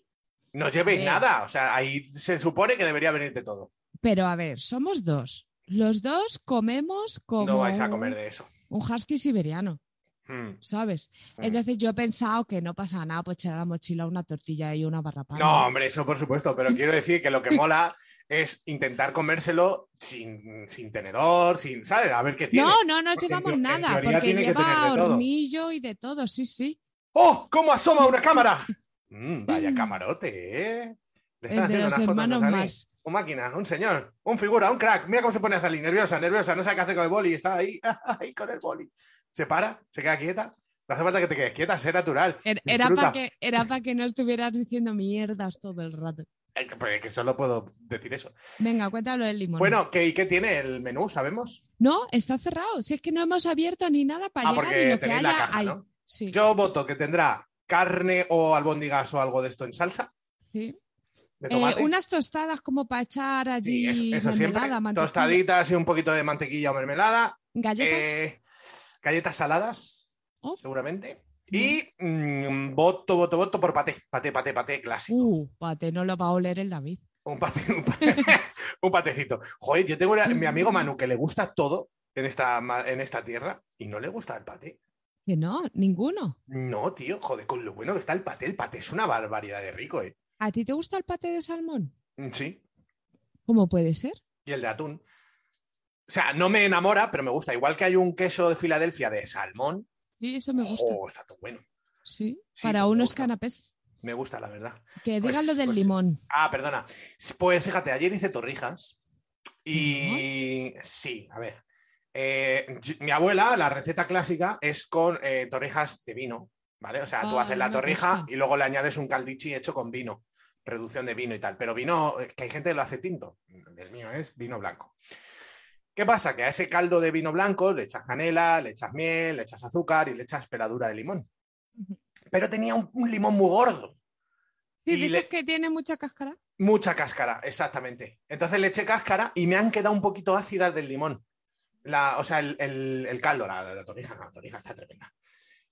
Speaker 4: No llevéis
Speaker 5: Hombre.
Speaker 4: nada, o sea, ahí se supone que debería venirte todo.
Speaker 5: pero a ver, somos dos. Los dos comemos como
Speaker 4: No vais a comer
Speaker 5: un-
Speaker 4: de eso.
Speaker 5: un husky siberiano.
Speaker 4: Mm.
Speaker 5: ¿sabes?
Speaker 4: Mm.
Speaker 5: Entonces yo he pensado que no pasa nada, pues echar a la mochila una tortilla y una barra pan.
Speaker 4: No, hombre, eso por supuesto, pero quiero decir que lo que mola es intentar comérselo sin, sin tenedor, sin, ¿sabes? A ver qué tiene.
Speaker 5: no, no, no
Speaker 4: Porque en
Speaker 5: llevamos
Speaker 4: teo- en
Speaker 5: nada,
Speaker 4: teoría
Speaker 5: porque
Speaker 4: tiene que tener
Speaker 5: lleva
Speaker 4: de todo.
Speaker 5: hornillo y de todo, sí, sí.
Speaker 4: ¡Oh! ¿Cómo asoma una cámara? Mm, vaya camarote, ¿eh? Le
Speaker 5: El
Speaker 4: están
Speaker 5: de
Speaker 4: haciendo
Speaker 5: los
Speaker 4: unas fotos a
Speaker 5: hermanos
Speaker 4: Dani.
Speaker 5: más.
Speaker 4: Un máquina, un señor, un figura, un crack. Mira cómo se pone a salir, nerviosa, nerviosa, no sabe qué hacer con el boli, está ahí, ahí con el boli. Se para, se queda quieta. No hace falta que te quedes quieta, sé natural.
Speaker 5: Era
Speaker 4: Disfruta.
Speaker 5: para que, era pa que no estuvieras diciendo mierdas todo el rato.
Speaker 4: Eh, Pues es que solo puedo decir eso.
Speaker 5: Venga, cuéntalo del limón.
Speaker 4: Bueno, ¿qué, ¿y qué tiene el menú? ¿Sabemos?
Speaker 5: No, está cerrado. Si es que no hemos abierto ni nada para
Speaker 4: Ah,
Speaker 5: llegar
Speaker 4: porque
Speaker 5: y lo que
Speaker 4: tenéis
Speaker 5: haya,
Speaker 4: la caja,
Speaker 5: hay.
Speaker 4: ¿no?
Speaker 5: Sí,
Speaker 4: Yo voto que tendrá carne o albóndigas o algo de esto en salsa,
Speaker 5: sí.
Speaker 4: de
Speaker 5: Eh,
Speaker 4: tomate.
Speaker 5: unas tostadas como para echar
Speaker 4: Sí,
Speaker 5: allí
Speaker 4: eso, eso siempre.
Speaker 5: mermelada, mantequilla.
Speaker 4: Tostaditas y un poquito de mantequilla o mermelada.
Speaker 5: Galletas.
Speaker 4: Eh, galletas saladas,
Speaker 5: Oh.
Speaker 4: seguramente. Y mm, voto, voto, voto por paté. Paté, paté, paté clásico.
Speaker 5: Uh, pate, no lo va a oler el David.
Speaker 4: Un, paté, un, paté- un patecito. Joder, yo tengo una- mi
Speaker 5: Mm.
Speaker 4: amigo Manu que le gusta todo en esta, ma- en esta tierra y no le gusta el paté.
Speaker 5: Que no, ninguno.
Speaker 4: No, tío, joder, con lo bueno que está el paté. El paté es una barbaridad de rico, ¿eh?
Speaker 5: ¿A ti te gusta el paté de salmón?
Speaker 4: Mm, Sí.
Speaker 5: ¿Cómo puede ser?
Speaker 4: Y el de atún. O sea, no me enamora, pero me gusta. Igual que hay un queso de Filadelfia de salmón.
Speaker 5: Sí, eso me gusta.
Speaker 4: Oh, está tan bueno.
Speaker 5: Sí,
Speaker 4: Sí,
Speaker 5: para
Speaker 4: pues me
Speaker 5: unos
Speaker 4: gusta.
Speaker 5: canapés.
Speaker 4: Me gusta, la verdad.
Speaker 5: Que
Speaker 4: Pues-
Speaker 5: digan lo del
Speaker 4: pues sí.
Speaker 5: limón.
Speaker 4: Ah, perdona. Pues fíjate, ayer hice torrijas y sí, a ver. Eh, yo- mi abuela, la receta clásica es con eh, torrijas de vino, ¿vale? O sea, tú
Speaker 5: Ah,
Speaker 4: haces la
Speaker 5: me
Speaker 4: torrija
Speaker 5: gusta.
Speaker 4: y luego le añades un caldichi hecho con vino, reducción de vino y tal. Pero vino, eh, que hay gente que lo hace tinto, el mío es vino blanco. ¿Qué pasa? Que a ese caldo de vino blanco le echas canela, le echas miel, le echas azúcar y le echas peladura de limón.
Speaker 5: Ujú.
Speaker 4: Pero tenía un- un limón muy gordo.
Speaker 5: Sí,
Speaker 4: Y
Speaker 5: dices
Speaker 4: le-
Speaker 5: que tiene mucha cáscara.
Speaker 4: Mucha cáscara, exactamente. Entonces le eché cáscara y me han quedado un poquito ácidas del limón. La, o sea, el, el- el caldo, la, la torrija, la torrija está tremenda.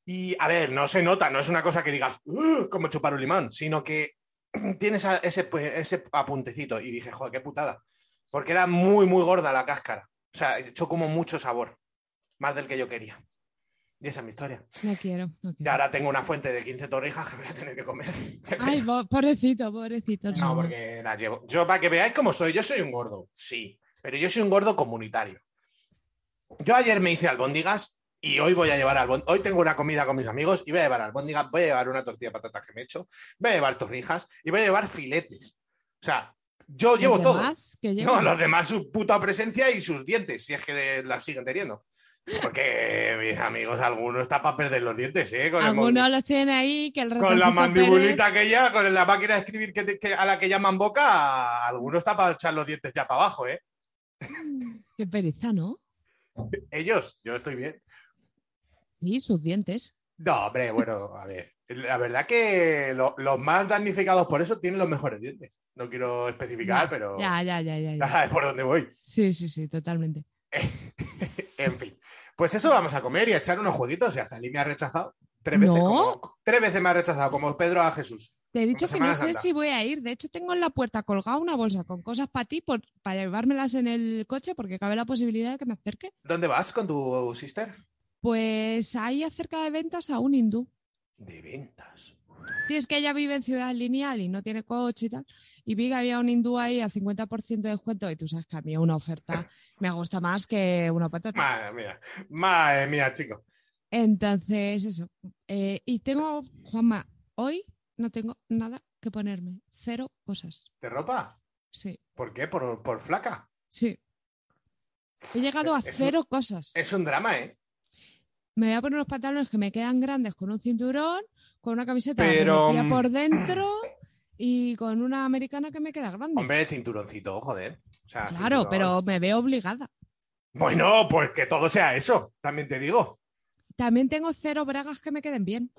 Speaker 4: Y a ver, no se nota, no es una cosa que digas, "Uh, como chupar un limón, sino que tienes a- ese, pues, ese apuntecito. Y dije, joder, qué putada. Porque era muy, muy gorda la cáscara. O sea, echó como mucho sabor, más del que yo quería. Y esa es mi historia.
Speaker 5: No quiero, no
Speaker 4: Y
Speaker 5: quiero.
Speaker 4: ahora tengo una fuente de 15 torrijas que voy a tener que comer.
Speaker 5: Ay, po- pobrecito, pobrecito. el
Speaker 4: No,
Speaker 5: salmón.
Speaker 4: porque la llevo. Yo, para que veáis cómo soy, yo soy un gordo, sí, pero yo soy un gordo comunitario. Yo ayer me hice albóndigas y hoy voy a llevar albóndigas. Hoy tengo una comida con mis amigos y voy a llevar albóndigas, voy a llevar una tortilla de patatas que me he hecho, voy a llevar torrijas y voy a llevar filetes. O sea, yo
Speaker 5: ¿Los
Speaker 4: llevo todo.
Speaker 5: demás que llevan?
Speaker 4: No, los demás su puta presencia y sus dientes, si es que las siguen teniendo. Porque, mis amigos, algunos está para perder los dientes, ¿eh? Con el móvil.
Speaker 5: Algunos los tienen ahí que el
Speaker 4: Con la
Speaker 5: ratoncito
Speaker 4: mandibulita aquella, con la máquina de escribir que, te- que- a la que llaman boca, algunos está para echar los dientes ya para abajo, ¿eh?
Speaker 5: Pérez- Qué pereza, ¿no?
Speaker 4: Ellos, yo estoy bien.
Speaker 5: Y sus dientes.
Speaker 4: No, hombre, bueno, a ver. La verdad que lo- los más damnificados por eso tienen los mejores dientes. No quiero especificar,
Speaker 5: Ya,
Speaker 4: pero
Speaker 5: Ya, ya, ya, ya,
Speaker 4: ya
Speaker 5: ya.
Speaker 4: sabes por dónde voy.
Speaker 5: Sí, sí, sí, totalmente.
Speaker 4: En fin. Pues eso vamos a comer y a echar unos jueguitos. Y Azalí me ha rechazado tres veces.
Speaker 5: No.
Speaker 4: Como, tres veces me ha rechazado, como Pedro a Jesús.
Speaker 5: Te he dicho que
Speaker 4: Semana
Speaker 5: no sé
Speaker 4: Santa.
Speaker 5: si voy a ir. De hecho, tengo en la puerta colgada una bolsa con cosas para ti, por- para llevármelas en el coche, porque cabe la posibilidad de que me acerque.
Speaker 4: ¿Dónde vas con tu sister?
Speaker 5: Pues ahí acerca de ventas a un hindú.
Speaker 4: De ventas.
Speaker 5: Sí, es que ella vive en Ciudad Lineal y no tiene coche y tal. Y vi que había un hindú ahí a 50% de descuento. Y tú sabes que a mí una oferta me gusta más que una patata.
Speaker 4: Madre mía, madre mía, chicos.
Speaker 5: Entonces, eso. Eh, y tengo, Juanma, hoy no tengo nada que ponerme. Cero cosas.
Speaker 4: ¿De ropa?
Speaker 5: Sí,
Speaker 4: ¿Por qué? ¿Por, por flaca?
Speaker 5: sí. He llegado a
Speaker 4: Es un-
Speaker 5: cero cosas.
Speaker 4: Es un drama, ¿eh?
Speaker 5: Me voy a poner unos pantalones que me quedan grandes con un cinturón, con una camiseta
Speaker 4: Pero,
Speaker 5: derretida
Speaker 4: mm,
Speaker 5: por dentro y con una americana que me queda grande.
Speaker 4: Hombre, ah, el cinturoncito, joder. O sea,
Speaker 5: claro,
Speaker 4: cinturón.
Speaker 5: pero me veo obligada.
Speaker 4: Bueno, pues que todo sea eso, también te digo.
Speaker 5: También tengo cero bragas que me queden bien.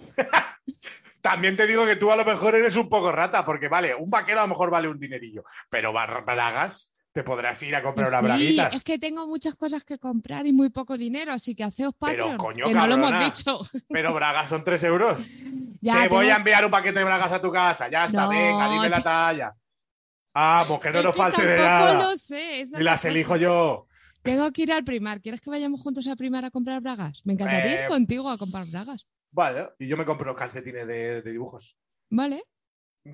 Speaker 4: También te digo que tú a lo mejor eres un poco rata, porque vale, un vaquero a lo mejor vale un dinerillo, pero bar- bragas, te podrás ir a comprar unas
Speaker 5: Pues sí,
Speaker 4: braguitas.
Speaker 5: es que tengo muchas cosas que comprar y muy poco dinero, así que haceos Patreon,
Speaker 4: coño,
Speaker 5: que no lo hemos
Speaker 4: cabrona.
Speaker 5: dicho.
Speaker 4: Pero bragas son 3 euros.
Speaker 5: Ya,
Speaker 4: te
Speaker 5: tengo-
Speaker 4: voy a enviar un paquete de bragas a tu casa, ya está,
Speaker 5: No,
Speaker 4: venga, dime la
Speaker 5: chico.
Speaker 4: talla. Vamos, que no
Speaker 5: Es
Speaker 4: nos
Speaker 5: que
Speaker 4: falte de
Speaker 5: tampoco
Speaker 4: nada.
Speaker 5: lo sé, esa
Speaker 4: Y
Speaker 5: es la
Speaker 4: las
Speaker 5: cosa.
Speaker 4: elijo yo.
Speaker 5: Tengo que ir al primar. ¿Quieres que vayamos juntos al primar a comprar bragas? Me encantaría
Speaker 4: Eh,
Speaker 5: ir contigo a comprar bragas.
Speaker 4: Vale, y yo me compro los calcetines de, de dibujos.
Speaker 5: ¿Vale?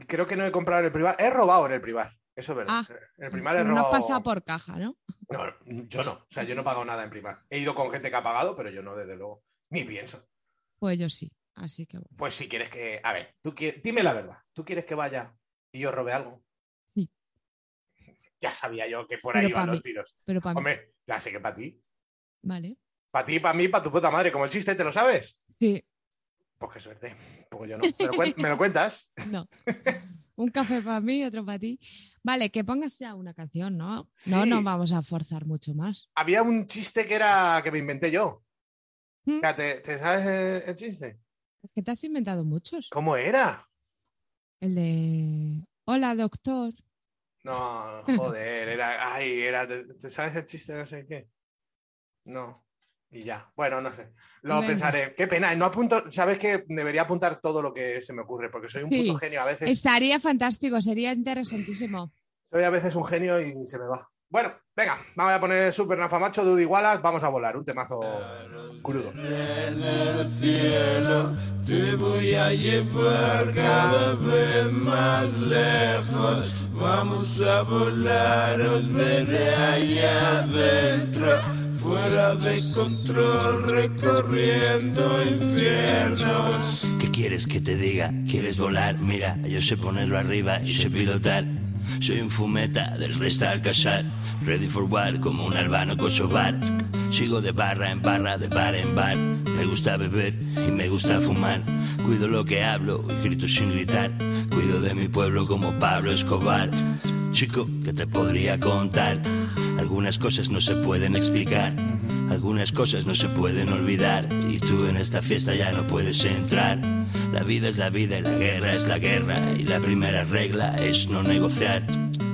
Speaker 4: Creo que no he comprado en el privar. He robado en el privar. Eso es verdad.
Speaker 5: Ah,
Speaker 4: en el privar he
Speaker 5: no
Speaker 4: robado.
Speaker 5: has pasado por caja, ¿no?
Speaker 4: No, yo no. O sea, yo no he pagado nada en primar. He ido con gente que ha pagado, pero yo no, desde luego. Ni pienso.
Speaker 5: Pues yo sí. Así que bueno.
Speaker 4: Pues si quieres que. A ver, tú qui- dime la verdad. ¿Tú quieres que vaya y yo robe algo?
Speaker 5: Sí.
Speaker 4: Ya sabía yo que por
Speaker 5: Pero
Speaker 4: ahí iban
Speaker 5: pa'
Speaker 4: los
Speaker 5: mí.
Speaker 4: tiros.
Speaker 5: Pero para mí.
Speaker 4: Hombre, ya sé que para ti.
Speaker 5: Vale.
Speaker 4: Para ti, para mí, para tu puta madre. Como el chiste, ¿te lo sabes?
Speaker 5: Sí,
Speaker 4: Pues qué suerte. Porque yo no. ¿Me lo, cuen- me lo cuentas?
Speaker 5: no. Un café para mí, otro para ti. Vale, que pongas ya una canción, ¿no? No
Speaker 4: Sí.
Speaker 5: nos vamos a forzar mucho más.
Speaker 4: Había un chiste que era que me inventé yo.
Speaker 5: ¿Mm?
Speaker 4: O sea, ¿te, te sabes el- el chiste?
Speaker 5: Es que te has inventado muchos.
Speaker 4: ¿Cómo era?
Speaker 5: El de. Hola, doctor.
Speaker 4: No, joder, era. Ay, era. ¿Te te sabes el chiste? de No sé qué. No. Y ya. Bueno, no sé. Lo
Speaker 5: Venga.
Speaker 4: pensaré. Qué pena. No apunto. Sabes que debería apuntar todo lo que se me ocurre, porque soy un
Speaker 5: Sí.
Speaker 4: puto genio. A veces
Speaker 5: Estaría fantástico, sería interesantísimo.
Speaker 4: soy a veces un genio y se me va. Bueno, venga, vamos a poner Super Nafa Macho de Udi Wallace, vamos a volar, un temazo crudo.
Speaker 6: en el cielo te voy a llevar cada vez más lejos. Vamos a volar, os veré allá adentro, fuera de control, recorriendo infiernos.
Speaker 8: ¿Qué quieres que te diga? ¿Quieres volar? Mira, yo sé ponerlo arriba, yo sé pilotar. Soy un fumeta del resta al casar. Ready for war como un albano kosovar. Sigo de barra en barra, de bar en bar. Me gusta beber y me gusta fumar. Cuido lo que hablo y grito sin gritar. Cuido de mi pueblo como Pablo Escobar. Chico, ¿qué te podría contar? Algunas cosas no se pueden explicar. Algunas cosas no se pueden olvidar y tú en esta fiesta ya no puedes entrar. La vida es la vida y la guerra es la guerra y la primera regla es no negociar.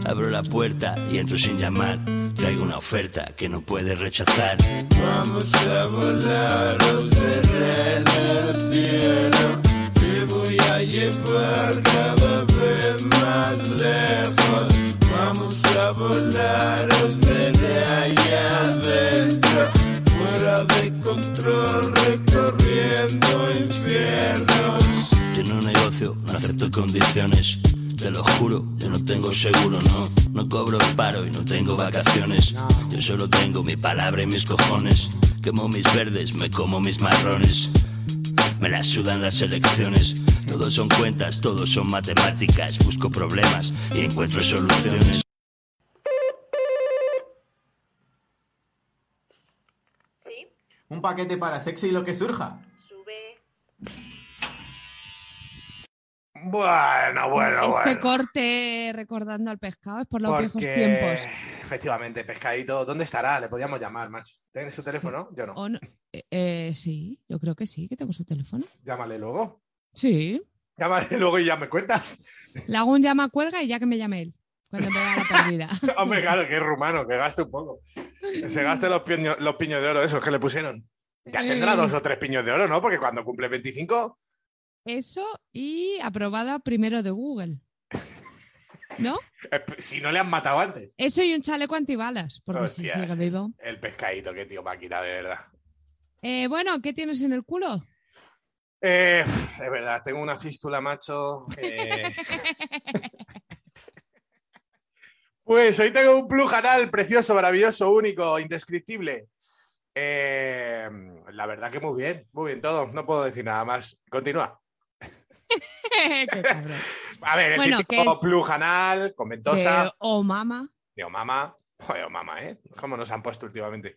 Speaker 8: Abro la puerta y entro sin llamar. Traigo una oferta que no puedes rechazar.
Speaker 6: Vamos a volar, os veré en el cielo. Te voy a llevar cada vez más lejos. Vamos a volar, os veré allá adentro. Fuera de control, recorriendo infiernos.
Speaker 8: Yo no negocio, no acepto condiciones. Te lo juro, yo no tengo seguro, no. No cobro el paro y no tengo vacaciones. Yo solo tengo mi palabra y mis cojones. Quemo mis verdes, me como mis marrones. Me las sudan las elecciones. Todos son cuentas, todos son matemáticas. Busco problemas y encuentro soluciones.
Speaker 9: Sí,
Speaker 10: Un paquete para sexo y lo que surja.
Speaker 9: sube.
Speaker 4: Bueno, bueno,
Speaker 5: este
Speaker 4: bueno.
Speaker 5: corte recordando al pescado es por los viejos
Speaker 4: Porque,
Speaker 5: tiempos.
Speaker 4: Efectivamente, pescadito, ¿dónde estará? Le podíamos llamar, macho. ¿Tienes su
Speaker 5: Sí.
Speaker 4: teléfono? Yo no.
Speaker 5: ¿O no? Eh, eh, sí, yo creo que sí, que tengo su teléfono.
Speaker 4: Llámale luego.
Speaker 5: Sí.
Speaker 4: Llámale luego y ya me cuentas.
Speaker 5: Le hago un llama cuelga y ya que me llame él. Cuando me da la perdida.
Speaker 4: Hombre, claro, que es rumano, que gaste un poco. Que Se gaste los, piño- los piños de oro, esos que le pusieron. Ya tendrá
Speaker 5: Eh.
Speaker 4: dos o tres piños de oro, ¿no? Porque cuando cumple 25,
Speaker 5: Eso y aprobada primero de Google. ¿No?
Speaker 4: eh, si no le han matado antes.
Speaker 5: Eso y un chaleco antibalas, porque si
Speaker 4: Hostias.
Speaker 5: sigue vivo.
Speaker 4: El pescadito, qué tío máquina, de verdad.
Speaker 5: Eh, bueno, ¿qué tienes en el culo?
Speaker 4: Eh, de verdad, tengo una fístula, macho. eh. Pues hoy tengo un plujanal precioso, maravilloso, único, indescriptible. Eh, la verdad que muy bien, muy bien todo. No puedo decir nada más. Continúa.
Speaker 5: Qué cabrón.
Speaker 4: A ver, el
Speaker 5: Bueno,
Speaker 4: típico
Speaker 5: que es-
Speaker 4: plujanal, con ventosa.
Speaker 5: Eh, o mama.
Speaker 4: Digo, mamá. Joder, mamá, ¿eh? ¿Cómo nos han puesto últimamente?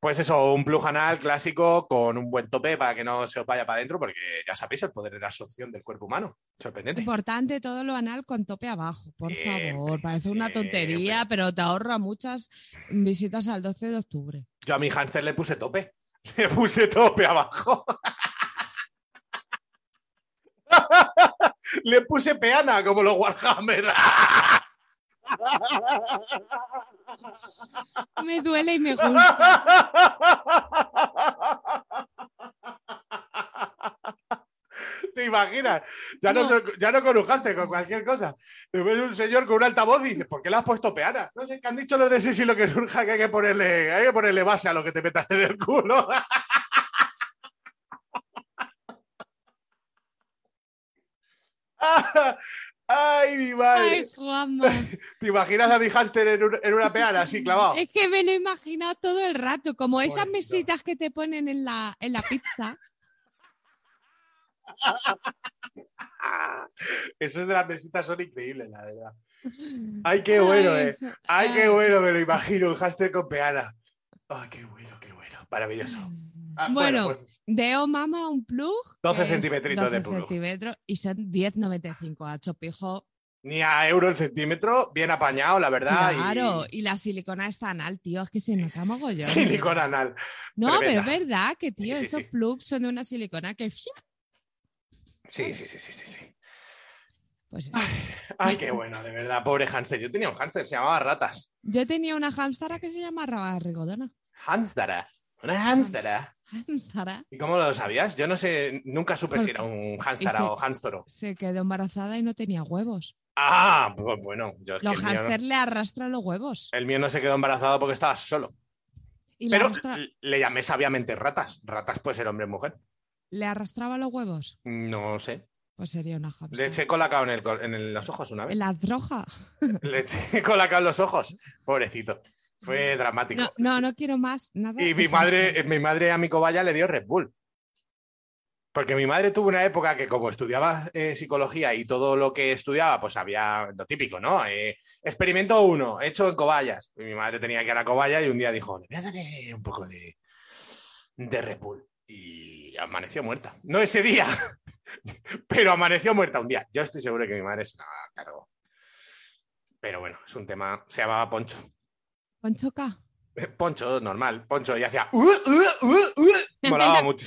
Speaker 4: Pues eso, un plug anal clásico con un buen tope para que no se os vaya para adentro, porque ya sabéis el poder de absorción del cuerpo humano. Sorprendente.
Speaker 5: Importante todo lo anal con tope abajo, por
Speaker 4: Siempre,
Speaker 5: favor. Parece una
Speaker 4: siempre.
Speaker 5: tontería, pero te ahorra muchas visitas al 12 de octubre.
Speaker 4: Yo a mi hámster le puse tope. Le puse tope abajo. le puse peana como los Warhammer.
Speaker 5: Me duele y me gusta.
Speaker 4: ¿Te imaginas? Ya no, ya no con un hámster, con cualquier cosa. Te ves un señor con un altavoz y dices, ¿por qué le has puesto peana? No sé, que han dicho los de sí lo que surja que hay que ponerle, hay que ponerle base a lo que te metas en el culo. ¡Ay, mi madre!
Speaker 5: Ay, Juanma.
Speaker 4: ¿Te imaginas a mi hámster en, un- en una peana así clavado?
Speaker 5: Es que me lo he imaginado todo el rato, como esas
Speaker 4: Pobrecito.
Speaker 5: mesitas que te ponen en la, en la pizza.
Speaker 4: Esas de las mesitas son increíbles, la verdad. Ay, qué bueno, eh. Ay, qué bueno, me lo imagino, un hámster con peana. Ay, qué bueno, qué bueno. Maravilloso. Ah,
Speaker 5: Bueno,
Speaker 4: pues,
Speaker 5: De O Mama un plug.
Speaker 4: 12
Speaker 5: que es
Speaker 4: centimetritos de
Speaker 5: 12
Speaker 4: plug.
Speaker 5: centímetros y son 10,95 a chopijo.
Speaker 4: ni a euro el centímetro, bien apañado, la verdad. y-
Speaker 5: Claro, y la silicona está anal, tío. Es que se nota mogollón.
Speaker 4: Silicona anal.
Speaker 5: No, pero
Speaker 4: tremenda.
Speaker 5: es verdad que, tío,
Speaker 4: Sí, sí,
Speaker 5: estos
Speaker 4: sí.
Speaker 5: plugs son de una silicona que. ¡fia!
Speaker 4: Sí, sí, sí, sí, sí, sí.
Speaker 5: Pues eso.
Speaker 4: Ay, qué bueno, de verdad, pobre hámster. Yo tenía un hámster, se llamaba Ratas.
Speaker 5: Yo tenía una hamstara que se llamaba Rigodona.
Speaker 4: Hámstara. Una hámstara.
Speaker 5: Hamstara
Speaker 4: ¿Y cómo lo sabías? Yo no sé, nunca supe si
Speaker 5: Porque-
Speaker 4: era un hámstara
Speaker 5: ese-
Speaker 4: o hámstoro.
Speaker 5: se quedó embarazada y no tenía huevos.
Speaker 4: Ah, bu- bueno, yo es que
Speaker 5: Los
Speaker 4: el, mío
Speaker 5: hamsters le arrastran los huevos.
Speaker 4: no, el mío no se quedó embarazado porque estaba solo.
Speaker 5: Y le,
Speaker 4: Eh, Pero
Speaker 5: arrastra-
Speaker 4: l- le llamé sabiamente ratas. Ratas puede ser hombre o mujer.
Speaker 5: le arrastraba los huevos.
Speaker 4: No sé.
Speaker 5: Pues sería una hamster.
Speaker 4: Le eché colacao en, el col- en el- los ojos una vez.
Speaker 5: La droga.
Speaker 4: Le eché colacao en los ojos. Pobrecito. Fue dramático.
Speaker 5: No, no, no quiero más. Nada.
Speaker 4: Y
Speaker 5: de
Speaker 4: mi
Speaker 5: hamster.
Speaker 4: madre, eh, mi madre a mi cobaya le dio Red Bull. Porque mi madre tuvo una época que como estudiaba eh, psicología y todo lo que estudiaba, pues había lo típico, ¿no? Eh, experimento uno, hecho en cobayas. Y mi madre tenía que ir a la cobaya y un día dijo, le voy a dar eh, un poco de, de Red Bull. Y amaneció muerta. No ese día, pero amaneció muerta un día. Yo estoy seguro que mi madre se la cargó. Pero bueno, es un tema, se llamaba Poncho.
Speaker 5: Ponchoca.
Speaker 4: Poncho, normal, Poncho, y hacía. "Uh, uh, uh, uh". Volaba, mucho,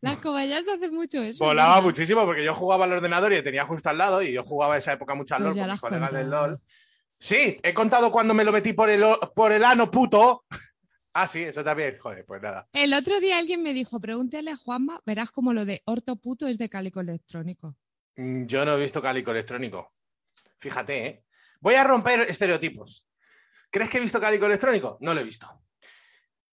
Speaker 5: Las cobayas hacen mucho eso.
Speaker 4: volaba
Speaker 5: ¿verdad?
Speaker 4: muchísimo porque yo jugaba al ordenador y le tenía justo al lado y yo jugaba esa época mucho al LOL
Speaker 5: Pues ya
Speaker 4: con
Speaker 5: lo
Speaker 4: mis
Speaker 5: has
Speaker 4: colegas del
Speaker 5: contado.
Speaker 4: LOL. Sí, he contado cuando me lo metí por el, o- por el ano, puto. Ah, sí, eso también. Joder, pues nada.
Speaker 5: El otro día alguien me dijo, pregúntale a Juanma, verás como lo de orto puto es de cálico electrónico.
Speaker 4: Mm, Yo no he visto cálico electrónico. Fíjate, ¿eh? Voy a romper estereotipos. ¿Crees que he visto cálico electrónico? No lo he visto.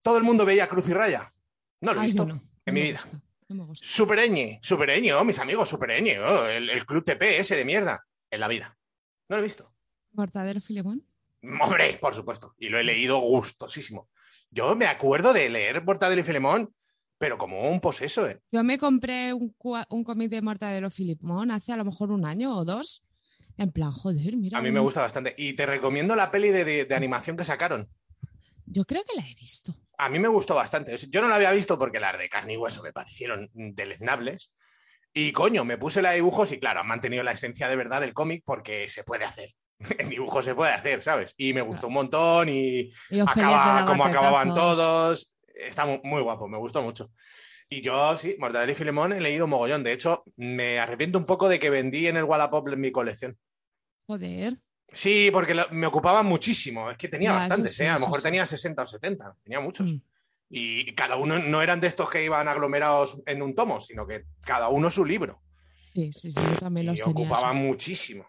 Speaker 4: ¿Todo el mundo veía Cruz y Raya? No lo he
Speaker 5: Ay, yo
Speaker 4: visto.
Speaker 5: no, no
Speaker 4: en
Speaker 5: me
Speaker 4: mi vida.
Speaker 5: gusta, no me gusta.
Speaker 4: Supereñe, Supereñe, mis amigos, Supereñe, oh, el, el club TPS de mierda, en la vida. No lo he visto.
Speaker 5: Mortadero Filemón.
Speaker 4: Hombre, por supuesto. Y lo he leído gustosísimo. Yo me acuerdo de leer Mortadelo y Filemón, pero como un poseso, ¿eh?
Speaker 5: Yo me compré un, cua- un cómic de Mortadero Filemón hace a lo mejor un año o dos. En plan, joder, mira.
Speaker 4: A mí me
Speaker 5: un-
Speaker 4: gusta bastante. Y te recomiendo la peli de, de- de animación que sacaron.
Speaker 5: Yo creo que la he visto.
Speaker 4: A mí me gustó bastante. Es- Yo no la había visto porque las de carne y hueso me parecieron deleznables. Y coño, me puse la de dibujos y claro, han mantenido la esencia de verdad del cómic porque se puede hacer. En dibujos se puede hacer, ¿sabes? Y me gustó un montón y,
Speaker 5: Y os peleáis de
Speaker 4: acaba,
Speaker 5: la
Speaker 4: como acababan
Speaker 5: batetazos.
Speaker 4: todos. Está mu- muy, guapo, me gustó mucho. Y yo, sí, Mortadelo y Filemón he leído mogollón. De hecho, me arrepiento un poco de que vendí en el Wallapop mi colección.
Speaker 5: Joder.
Speaker 4: Sí, porque lo- me ocupaban muchísimo. Es que tenía
Speaker 5: Ya, eso
Speaker 4: bastantes,
Speaker 5: sí,
Speaker 4: ¿eh? A lo
Speaker 5: eso
Speaker 4: mejor
Speaker 5: sí.
Speaker 4: tenía 60 o 70. Tenía muchos.
Speaker 5: Mm.
Speaker 4: Y cada uno no eran de estos que iban aglomerados en un tomo, sino que cada uno su libro.
Speaker 5: Sí, sí, sí, yo también los
Speaker 4: y
Speaker 5: tenía.
Speaker 4: ocupaba muchísimo.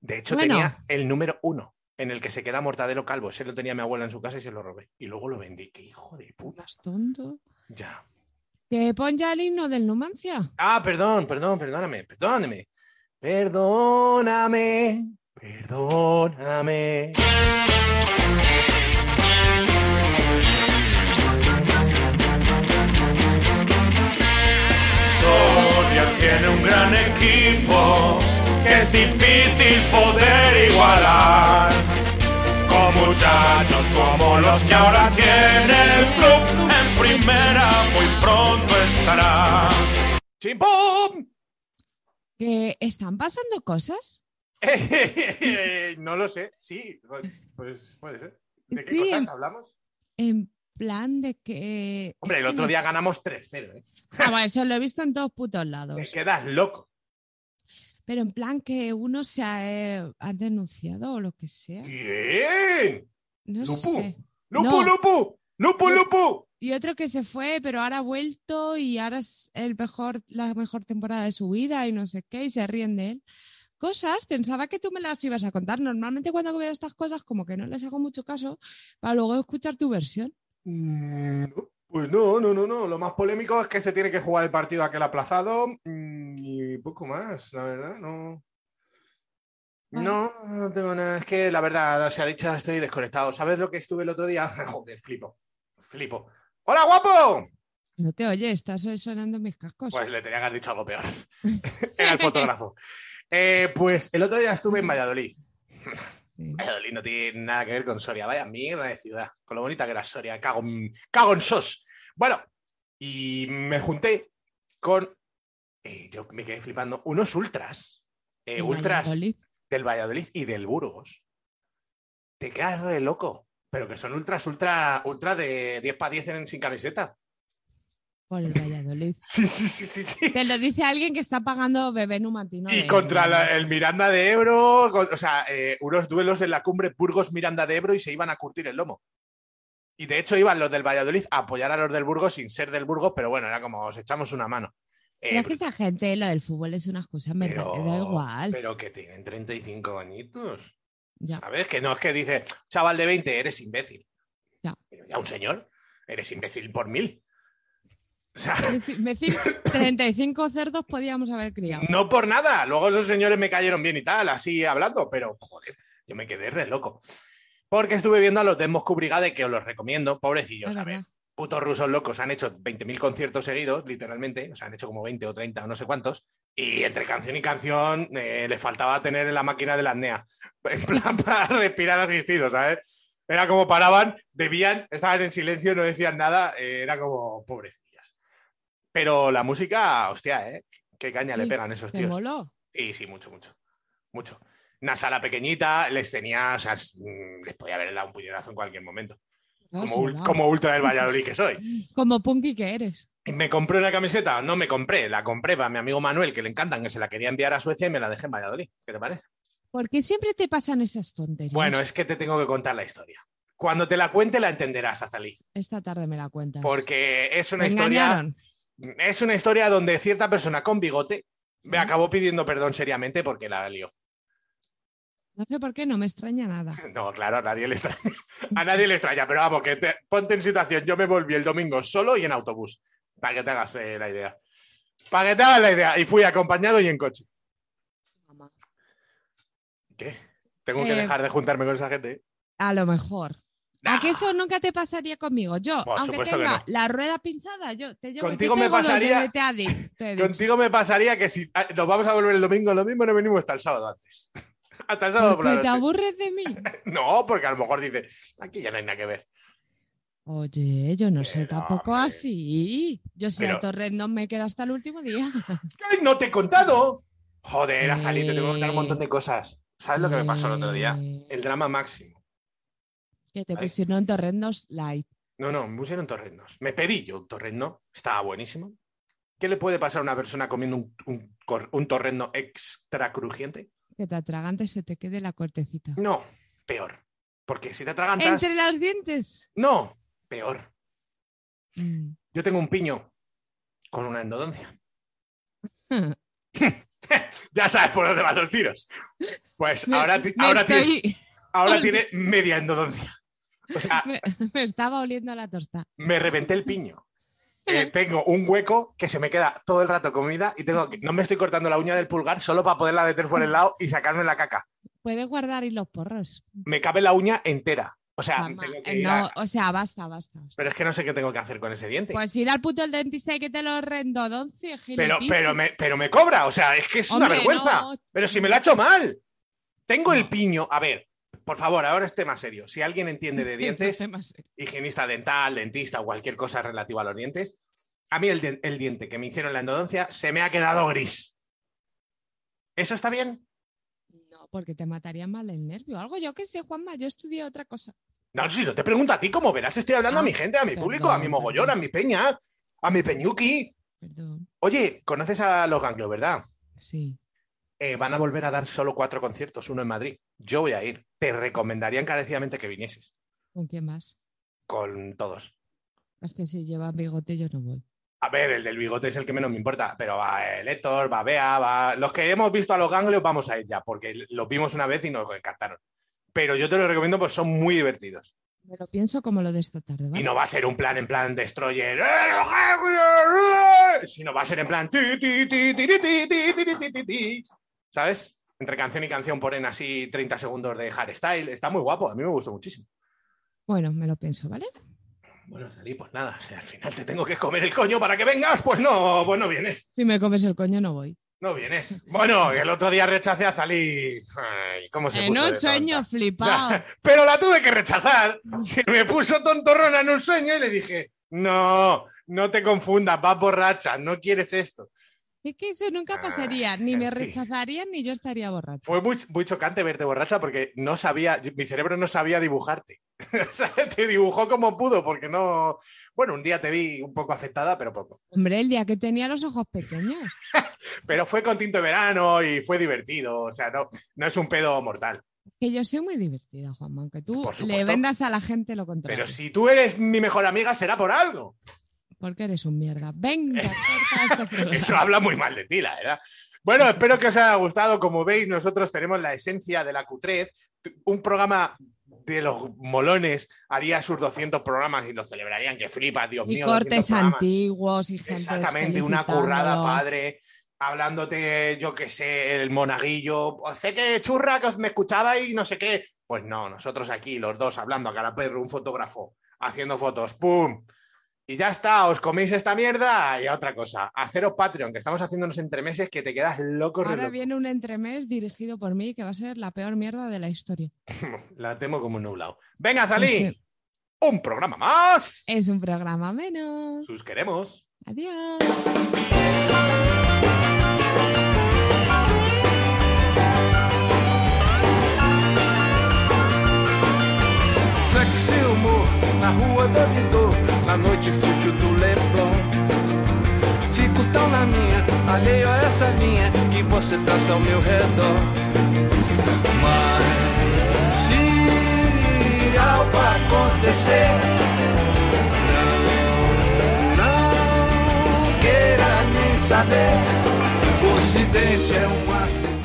Speaker 4: De hecho,
Speaker 5: Bueno.
Speaker 4: tenía el número uno, en el que se queda Mortadelo Calvo. Ese lo tenía mi abuela en su casa y se lo robé. Y luego lo vendí. ¡Qué hijo de puta!
Speaker 5: Más tonto.
Speaker 4: Ya.
Speaker 5: Que pon ya el himno del Numancia.
Speaker 4: Ah, perdón, perdón, perdóname, perdóname. Perdóname, perdóname.
Speaker 1: Soria tiene un gran equipo que es difícil poder igualar. Como
Speaker 9: muchachos como los que ahora tiene el club en primera muy pronto estará.
Speaker 4: ¡Chimpum!
Speaker 5: ¿Que están pasando cosas?
Speaker 4: no lo sé, sí, pues puede ser. ¿De qué
Speaker 5: Sí,
Speaker 4: cosas
Speaker 5: em-
Speaker 4: hablamos?
Speaker 5: En plan de que...
Speaker 4: Hombre, el
Speaker 5: es que
Speaker 4: otro
Speaker 5: no
Speaker 4: día
Speaker 5: sé.
Speaker 4: ganamos 3-0. ¿eh?
Speaker 5: Ah, bueno, eso lo he visto en todos putos
Speaker 4: Te
Speaker 5: lados.
Speaker 4: quedas loco.
Speaker 5: Pero en plan que uno se ha, eh, ha denunciado o lo que sea.
Speaker 4: ¿Quién?
Speaker 5: No
Speaker 4: Lupu.
Speaker 5: sé.
Speaker 4: ¡Lupu,
Speaker 5: No.
Speaker 4: Lupu! ¡Lupu, Lupu!
Speaker 5: Y otro que se fue, pero ahora ha vuelto y ahora es el mejor, la mejor temporada de su vida y no sé qué, y se ríen de él. Cosas, pensaba que tú me las ibas a contar. Normalmente cuando veo estas cosas, como que no les hago mucho caso, para luego escuchar tu versión.
Speaker 4: Mm, Pues no, no, no, no. Lo más polémico es que se tiene que jugar el partido aquel aplazado mm, y poco más, la verdad, no.
Speaker 5: Vale.
Speaker 4: No, no tengo nada. Es que la verdad, se ha dicho, estoy desconectado. ¿Sabes lo que estuve el otro día? Joder, flipo. Flipo. ¡Hola, guapo!
Speaker 5: No te oye, estás sonando mis cascos.
Speaker 4: Pues le tenía que haber dicho algo peor. Era el fotógrafo. Eh, pues el otro día estuve en Valladolid.
Speaker 5: Sí.
Speaker 4: Valladolid no tiene nada que ver con Soria. Vaya mierda de ciudad. Con lo bonita que era Soria. Cago en, cago en sos. Bueno, y me junté con. eh, yo me quedé flipando. Unos ultras. eh,
Speaker 5: En
Speaker 4: ultras
Speaker 5: Valladolid.
Speaker 4: del Valladolid y del Burgos. Te quedas re loco. Pero que son ultras, ultra, ultra de 10 para 10 en- sin camiseta.
Speaker 5: Por el Valladolid.
Speaker 4: Sí, sí, sí, sí, sí.
Speaker 5: Te lo dice alguien que está pagando bebé numatino.
Speaker 4: Y
Speaker 5: de-
Speaker 4: contra la- el Miranda de Ebro, con- o sea, eh, unos duelos en la cumbre Burgos-Miranda de Ebro y se iban a curtir el lomo. Y de hecho iban los del Valladolid a apoyar a los del Burgos sin ser del Burgos, pero bueno, era como os echamos una mano. Eh,
Speaker 5: Pero es que esa gente, lo del fútbol es una excusa, me da- me da igual.
Speaker 4: pero que tienen 35 añitos.
Speaker 5: Ya.
Speaker 4: ¿Sabes? Que no es que dice, chaval de 20, eres imbécil.
Speaker 5: Ya.
Speaker 4: Pero ya un señor, eres imbécil por mil. O sea,
Speaker 5: Pero si me decís 35 cerdos podíamos haber criado.
Speaker 4: No por nada. Luego esos señores me cayeron bien y tal, así hablando, pero joder, yo me quedé re loco. Porque estuve viendo a los de Moscú Brigade, que os los recomiendo, pobrecillos,
Speaker 5: Es
Speaker 4: a ver,
Speaker 5: verdad.
Speaker 4: putos rusos locos, han hecho 20.000 conciertos seguidos, literalmente, o sea, han hecho como 20 o 30 o no sé cuántos, y entre canción y canción eh, les faltaba tener la máquina de la apnea, en plan para respirar asistido, ¿sabes? Era como paraban, bebían, estaban en silencio, no decían nada, eh, era como pobrecillas. Pero la música, hostia, ¿eh? Qué caña le
Speaker 5: Sí,
Speaker 4: pegan esos
Speaker 5: ¿Te
Speaker 4: tíos.
Speaker 5: moló?
Speaker 4: Y sí, mucho, mucho. Mucho. Una sala pequeñita, les tenía, o sea, s- mm, les podía haber dado un puñetazo en cualquier momento.
Speaker 5: No,
Speaker 4: como,
Speaker 5: sí,
Speaker 4: ul-
Speaker 5: no.
Speaker 4: como ultra del Valladolid que soy.
Speaker 5: Como punky que eres.
Speaker 4: ¿Y ¿Me compré una camiseta? No me compré, la compré para mi amigo Manuel, que le encantan, que se la quería enviar a Suecia y me la dejé en Valladolid. ¿Qué te parece?
Speaker 5: ¿Por qué siempre te pasan esas tonterías?
Speaker 4: Bueno, es que te tengo que contar la historia. Cuando te la cuente la entenderás, Azalí,
Speaker 5: Esta tarde me la cuentas.
Speaker 4: porque es una
Speaker 5: Me
Speaker 4: historia
Speaker 5: engañaron.
Speaker 4: es una historia donde cierta persona con bigote me
Speaker 5: Sí.
Speaker 4: acabó pidiendo perdón seriamente porque la lió.
Speaker 5: No sé por qué, no me extraña nada.
Speaker 4: No, claro, a nadie le extraña. A nadie le extraña, pero vamos, que te- ponte en situación. Yo me volví el domingo solo y en autobús, para que te hagas eh, la idea. Para que te hagas la idea. Y fui acompañado y en coche. ¿Qué? Tengo que
Speaker 5: Eh,
Speaker 4: dejar de juntarme con esa gente. ¿eh?
Speaker 5: A lo mejor.
Speaker 4: Nah.
Speaker 5: ¿A que eso nunca te pasaría conmigo? Yo,
Speaker 4: Por
Speaker 5: aunque
Speaker 4: supuesto que
Speaker 5: tenga
Speaker 4: no.
Speaker 5: la rueda pinchada, yo te llevo
Speaker 4: Contigo
Speaker 5: te
Speaker 4: me
Speaker 5: traigo donde
Speaker 4: pasaría-
Speaker 5: te he dicho, te he dicho.
Speaker 4: Contigo me pasaría que si ah, nos vamos a volver el domingo, lo mismo no venimos hasta el sábado antes. hasta el sábado por la
Speaker 5: Porque te
Speaker 4: noche.
Speaker 5: aburres de mí.
Speaker 4: No, porque a lo mejor dices, aquí ya no hay nada que ver.
Speaker 5: Oye, yo no sé
Speaker 4: Pero,
Speaker 5: tampoco
Speaker 4: hombre.
Speaker 5: así. Yo si
Speaker 4: Pero-
Speaker 5: a Torres no me quedo hasta el último día.
Speaker 4: ¡Ay, no te he contado! Joder, Azali, te tengo que contar un
Speaker 5: Eh.
Speaker 4: montón de cosas. ¿Sabes lo que me pasó el otro día?
Speaker 5: Eh,
Speaker 4: El drama máximo.
Speaker 5: Que te
Speaker 4: Vale.
Speaker 5: pusieron torrendos light.
Speaker 4: No, no, me pusieron torrendos. Me pedí yo un torrendo, estaba buenísimo. ¿Qué le puede pasar a una persona comiendo un, un cor- un torrendo extra crujiente?
Speaker 5: Que te atragantes se te quede la cortecita.
Speaker 4: No, peor. Porque si te atragantas.
Speaker 5: Entre los dientes.
Speaker 4: No, peor.
Speaker 5: Mm.
Speaker 4: Yo tengo un piño con una endodoncia. ya sabes por dónde van los tiros. Pues
Speaker 5: Me-
Speaker 4: ahora, ti-
Speaker 5: me
Speaker 4: ahora, tiene,
Speaker 5: estoy-
Speaker 4: ahora tiene media endodoncia. O sea,
Speaker 5: me, me estaba oliendo a la tosta.
Speaker 4: me reventé el piño. Eh, tengo un hueco que se me queda todo el rato comida y tengo que, no me estoy cortando la uña del pulgar solo para poderla meter por el lado y sacarme la caca.
Speaker 5: Puedes guardar y los porros.
Speaker 4: Me cabe la uña entera. O sea,
Speaker 5: Mamá.
Speaker 4: tengo que
Speaker 5: Eh,
Speaker 4: ir
Speaker 5: no,
Speaker 4: a-
Speaker 5: o sea, basta, basta. basta.
Speaker 4: pero es que no sé qué tengo que hacer con ese diente.
Speaker 5: Pues ir al puto del dentista y que te lo rendodoncie,
Speaker 4: pero,
Speaker 5: gilipinche.
Speaker 4: pero, me, pero me cobra, o sea, es que es una
Speaker 5: Hombre,
Speaker 4: vergüenza.
Speaker 5: no.
Speaker 4: Pero si me lo ha hecho mal. Tengo el piño, a ver, por favor, ahora es tema serio. Si alguien entiende de dientes,
Speaker 5: Esto es más-
Speaker 4: higienista dental, dentista o cualquier cosa relativa a los dientes, a mí el, de- el diente que me hicieron la endodoncia se me ha quedado gris. ¿Eso está bien?
Speaker 5: No, porque te mataría mal el nervio. Algo yo que sé, Juanma, yo estudié otra cosa.
Speaker 4: No, si no te pregunto a ti, como verás, estoy hablando a mi
Speaker 5: Ah,
Speaker 4: gente, a mi
Speaker 5: perdón,
Speaker 4: público, a mi mogollón, a mi peña, a mi peñuki.
Speaker 5: Perdón.
Speaker 4: Oye, conoces a los ganglios, ¿verdad?
Speaker 5: Sí.
Speaker 4: Eh, van a volver a dar solo cuatro conciertos, uno en Madrid. Yo voy a ir. Te recomendaría encarecidamente que vinieses
Speaker 5: ¿Con quién más?
Speaker 4: con todos.
Speaker 5: Es que si lleva bigote yo no voy.
Speaker 4: A ver, el del bigote es el que menos me importa, pero va el Héctor, va Bea, va... Los que hemos visto a los ganglios vamos a ir ya, porque los vimos una vez y nos encantaron. Pero yo te lo recomiendo porque son muy divertidos.
Speaker 5: Me lo pienso como lo de esta tarde, ¿vale?
Speaker 4: Y no va a ser un plan en plan Destroyer, ¡Eh, los ganglios! ¡Eh! sino va a ser en plan... ti, ti, ti, ti, ti, ti, ti, ti, ti, ti, ti. ¿Sabes? Entre canción y canción ponen así 30 segundos de hardstyle. Está muy guapo, a mí me gustó muchísimo.
Speaker 5: Bueno, me lo pienso, ¿vale?
Speaker 4: Bueno, Zalí, pues nada, si al final te tengo que comer el coño para que vengas, pues no, pues no vienes.
Speaker 5: Si me comes el coño no voy.
Speaker 4: No vienes. Bueno, el otro día rechacé a Zalí. Ay, ¿cómo se
Speaker 5: En
Speaker 4: puso
Speaker 5: un
Speaker 4: de
Speaker 5: sueño flipado.
Speaker 4: tonta? Pero la tuve que rechazar. Se me puso tontorrona en un sueño y le dije, no, no te confundas, vas borracha, no quieres esto.
Speaker 5: Es que eso nunca
Speaker 4: Ah,
Speaker 5: pasaría, ni me
Speaker 4: en fin.
Speaker 5: rechazarían ni yo estaría borracho.
Speaker 4: Fue muy, muy chocante verte borracha porque no sabía, mi cerebro no sabía dibujarte. O sea, te dibujó como pudo porque no... Bueno, un día te vi un poco afectada, pero poco.
Speaker 5: Hombre, el día que tenía los ojos pequeños.
Speaker 4: Pero fue con tinto de verano y fue divertido. O sea, no, no es un pedo mortal.
Speaker 5: Que yo soy muy divertida, Juanma, aunque tú
Speaker 4: Por
Speaker 5: le
Speaker 4: supuesto.
Speaker 5: vendas a la gente lo contrario.
Speaker 4: Pero si tú eres mi mejor amiga, será por algo.
Speaker 5: Porque eres un mierda. Venga, corta este programa.
Speaker 4: Eso habla muy mal de ti, la verdad. Bueno, espero que os haya gustado. Como veis, nosotros tenemos la esencia de la cutrez. Un programa de los molones haría sus 200 programas y los celebrarían, que flipas, Dios
Speaker 5: Y
Speaker 4: mío. 200
Speaker 5: cortes
Speaker 4: programas.
Speaker 5: antiguos y gente.
Speaker 4: Exactamente, una currada
Speaker 5: felicitándolo.
Speaker 4: padre, hablándote, yo qué sé, el monaguillo. "Pues Sé que churra que os- me escuchaba y no sé qué. Pues no, nosotros aquí, los dos, hablando a cada perro, un fotógrafo, haciendo fotos, ¡pum! Y ya está, os coméis esta mierda y a otra cosa. Haceros Patreon, que estamos haciéndonos entre meses que te quedas loco.
Speaker 5: Ahora
Speaker 4: reloco.
Speaker 5: viene un entremés dirigido por mí que va a ser la peor mierda de la historia.
Speaker 4: La temo como un nublado. Venga,
Speaker 5: Sí. Eh.
Speaker 4: Zalí, un programa más.
Speaker 5: Es un programa menos.
Speaker 4: Sus queremos.
Speaker 5: Adiós.
Speaker 11: Sexy humor na rua do Vidor, na noite fútil do Leblon. Fico tão na minha, alheio a essa linha que você traça ao meu redor. Mas se algo acontecer, não, não queira nem saber. O ocidente é um acidente.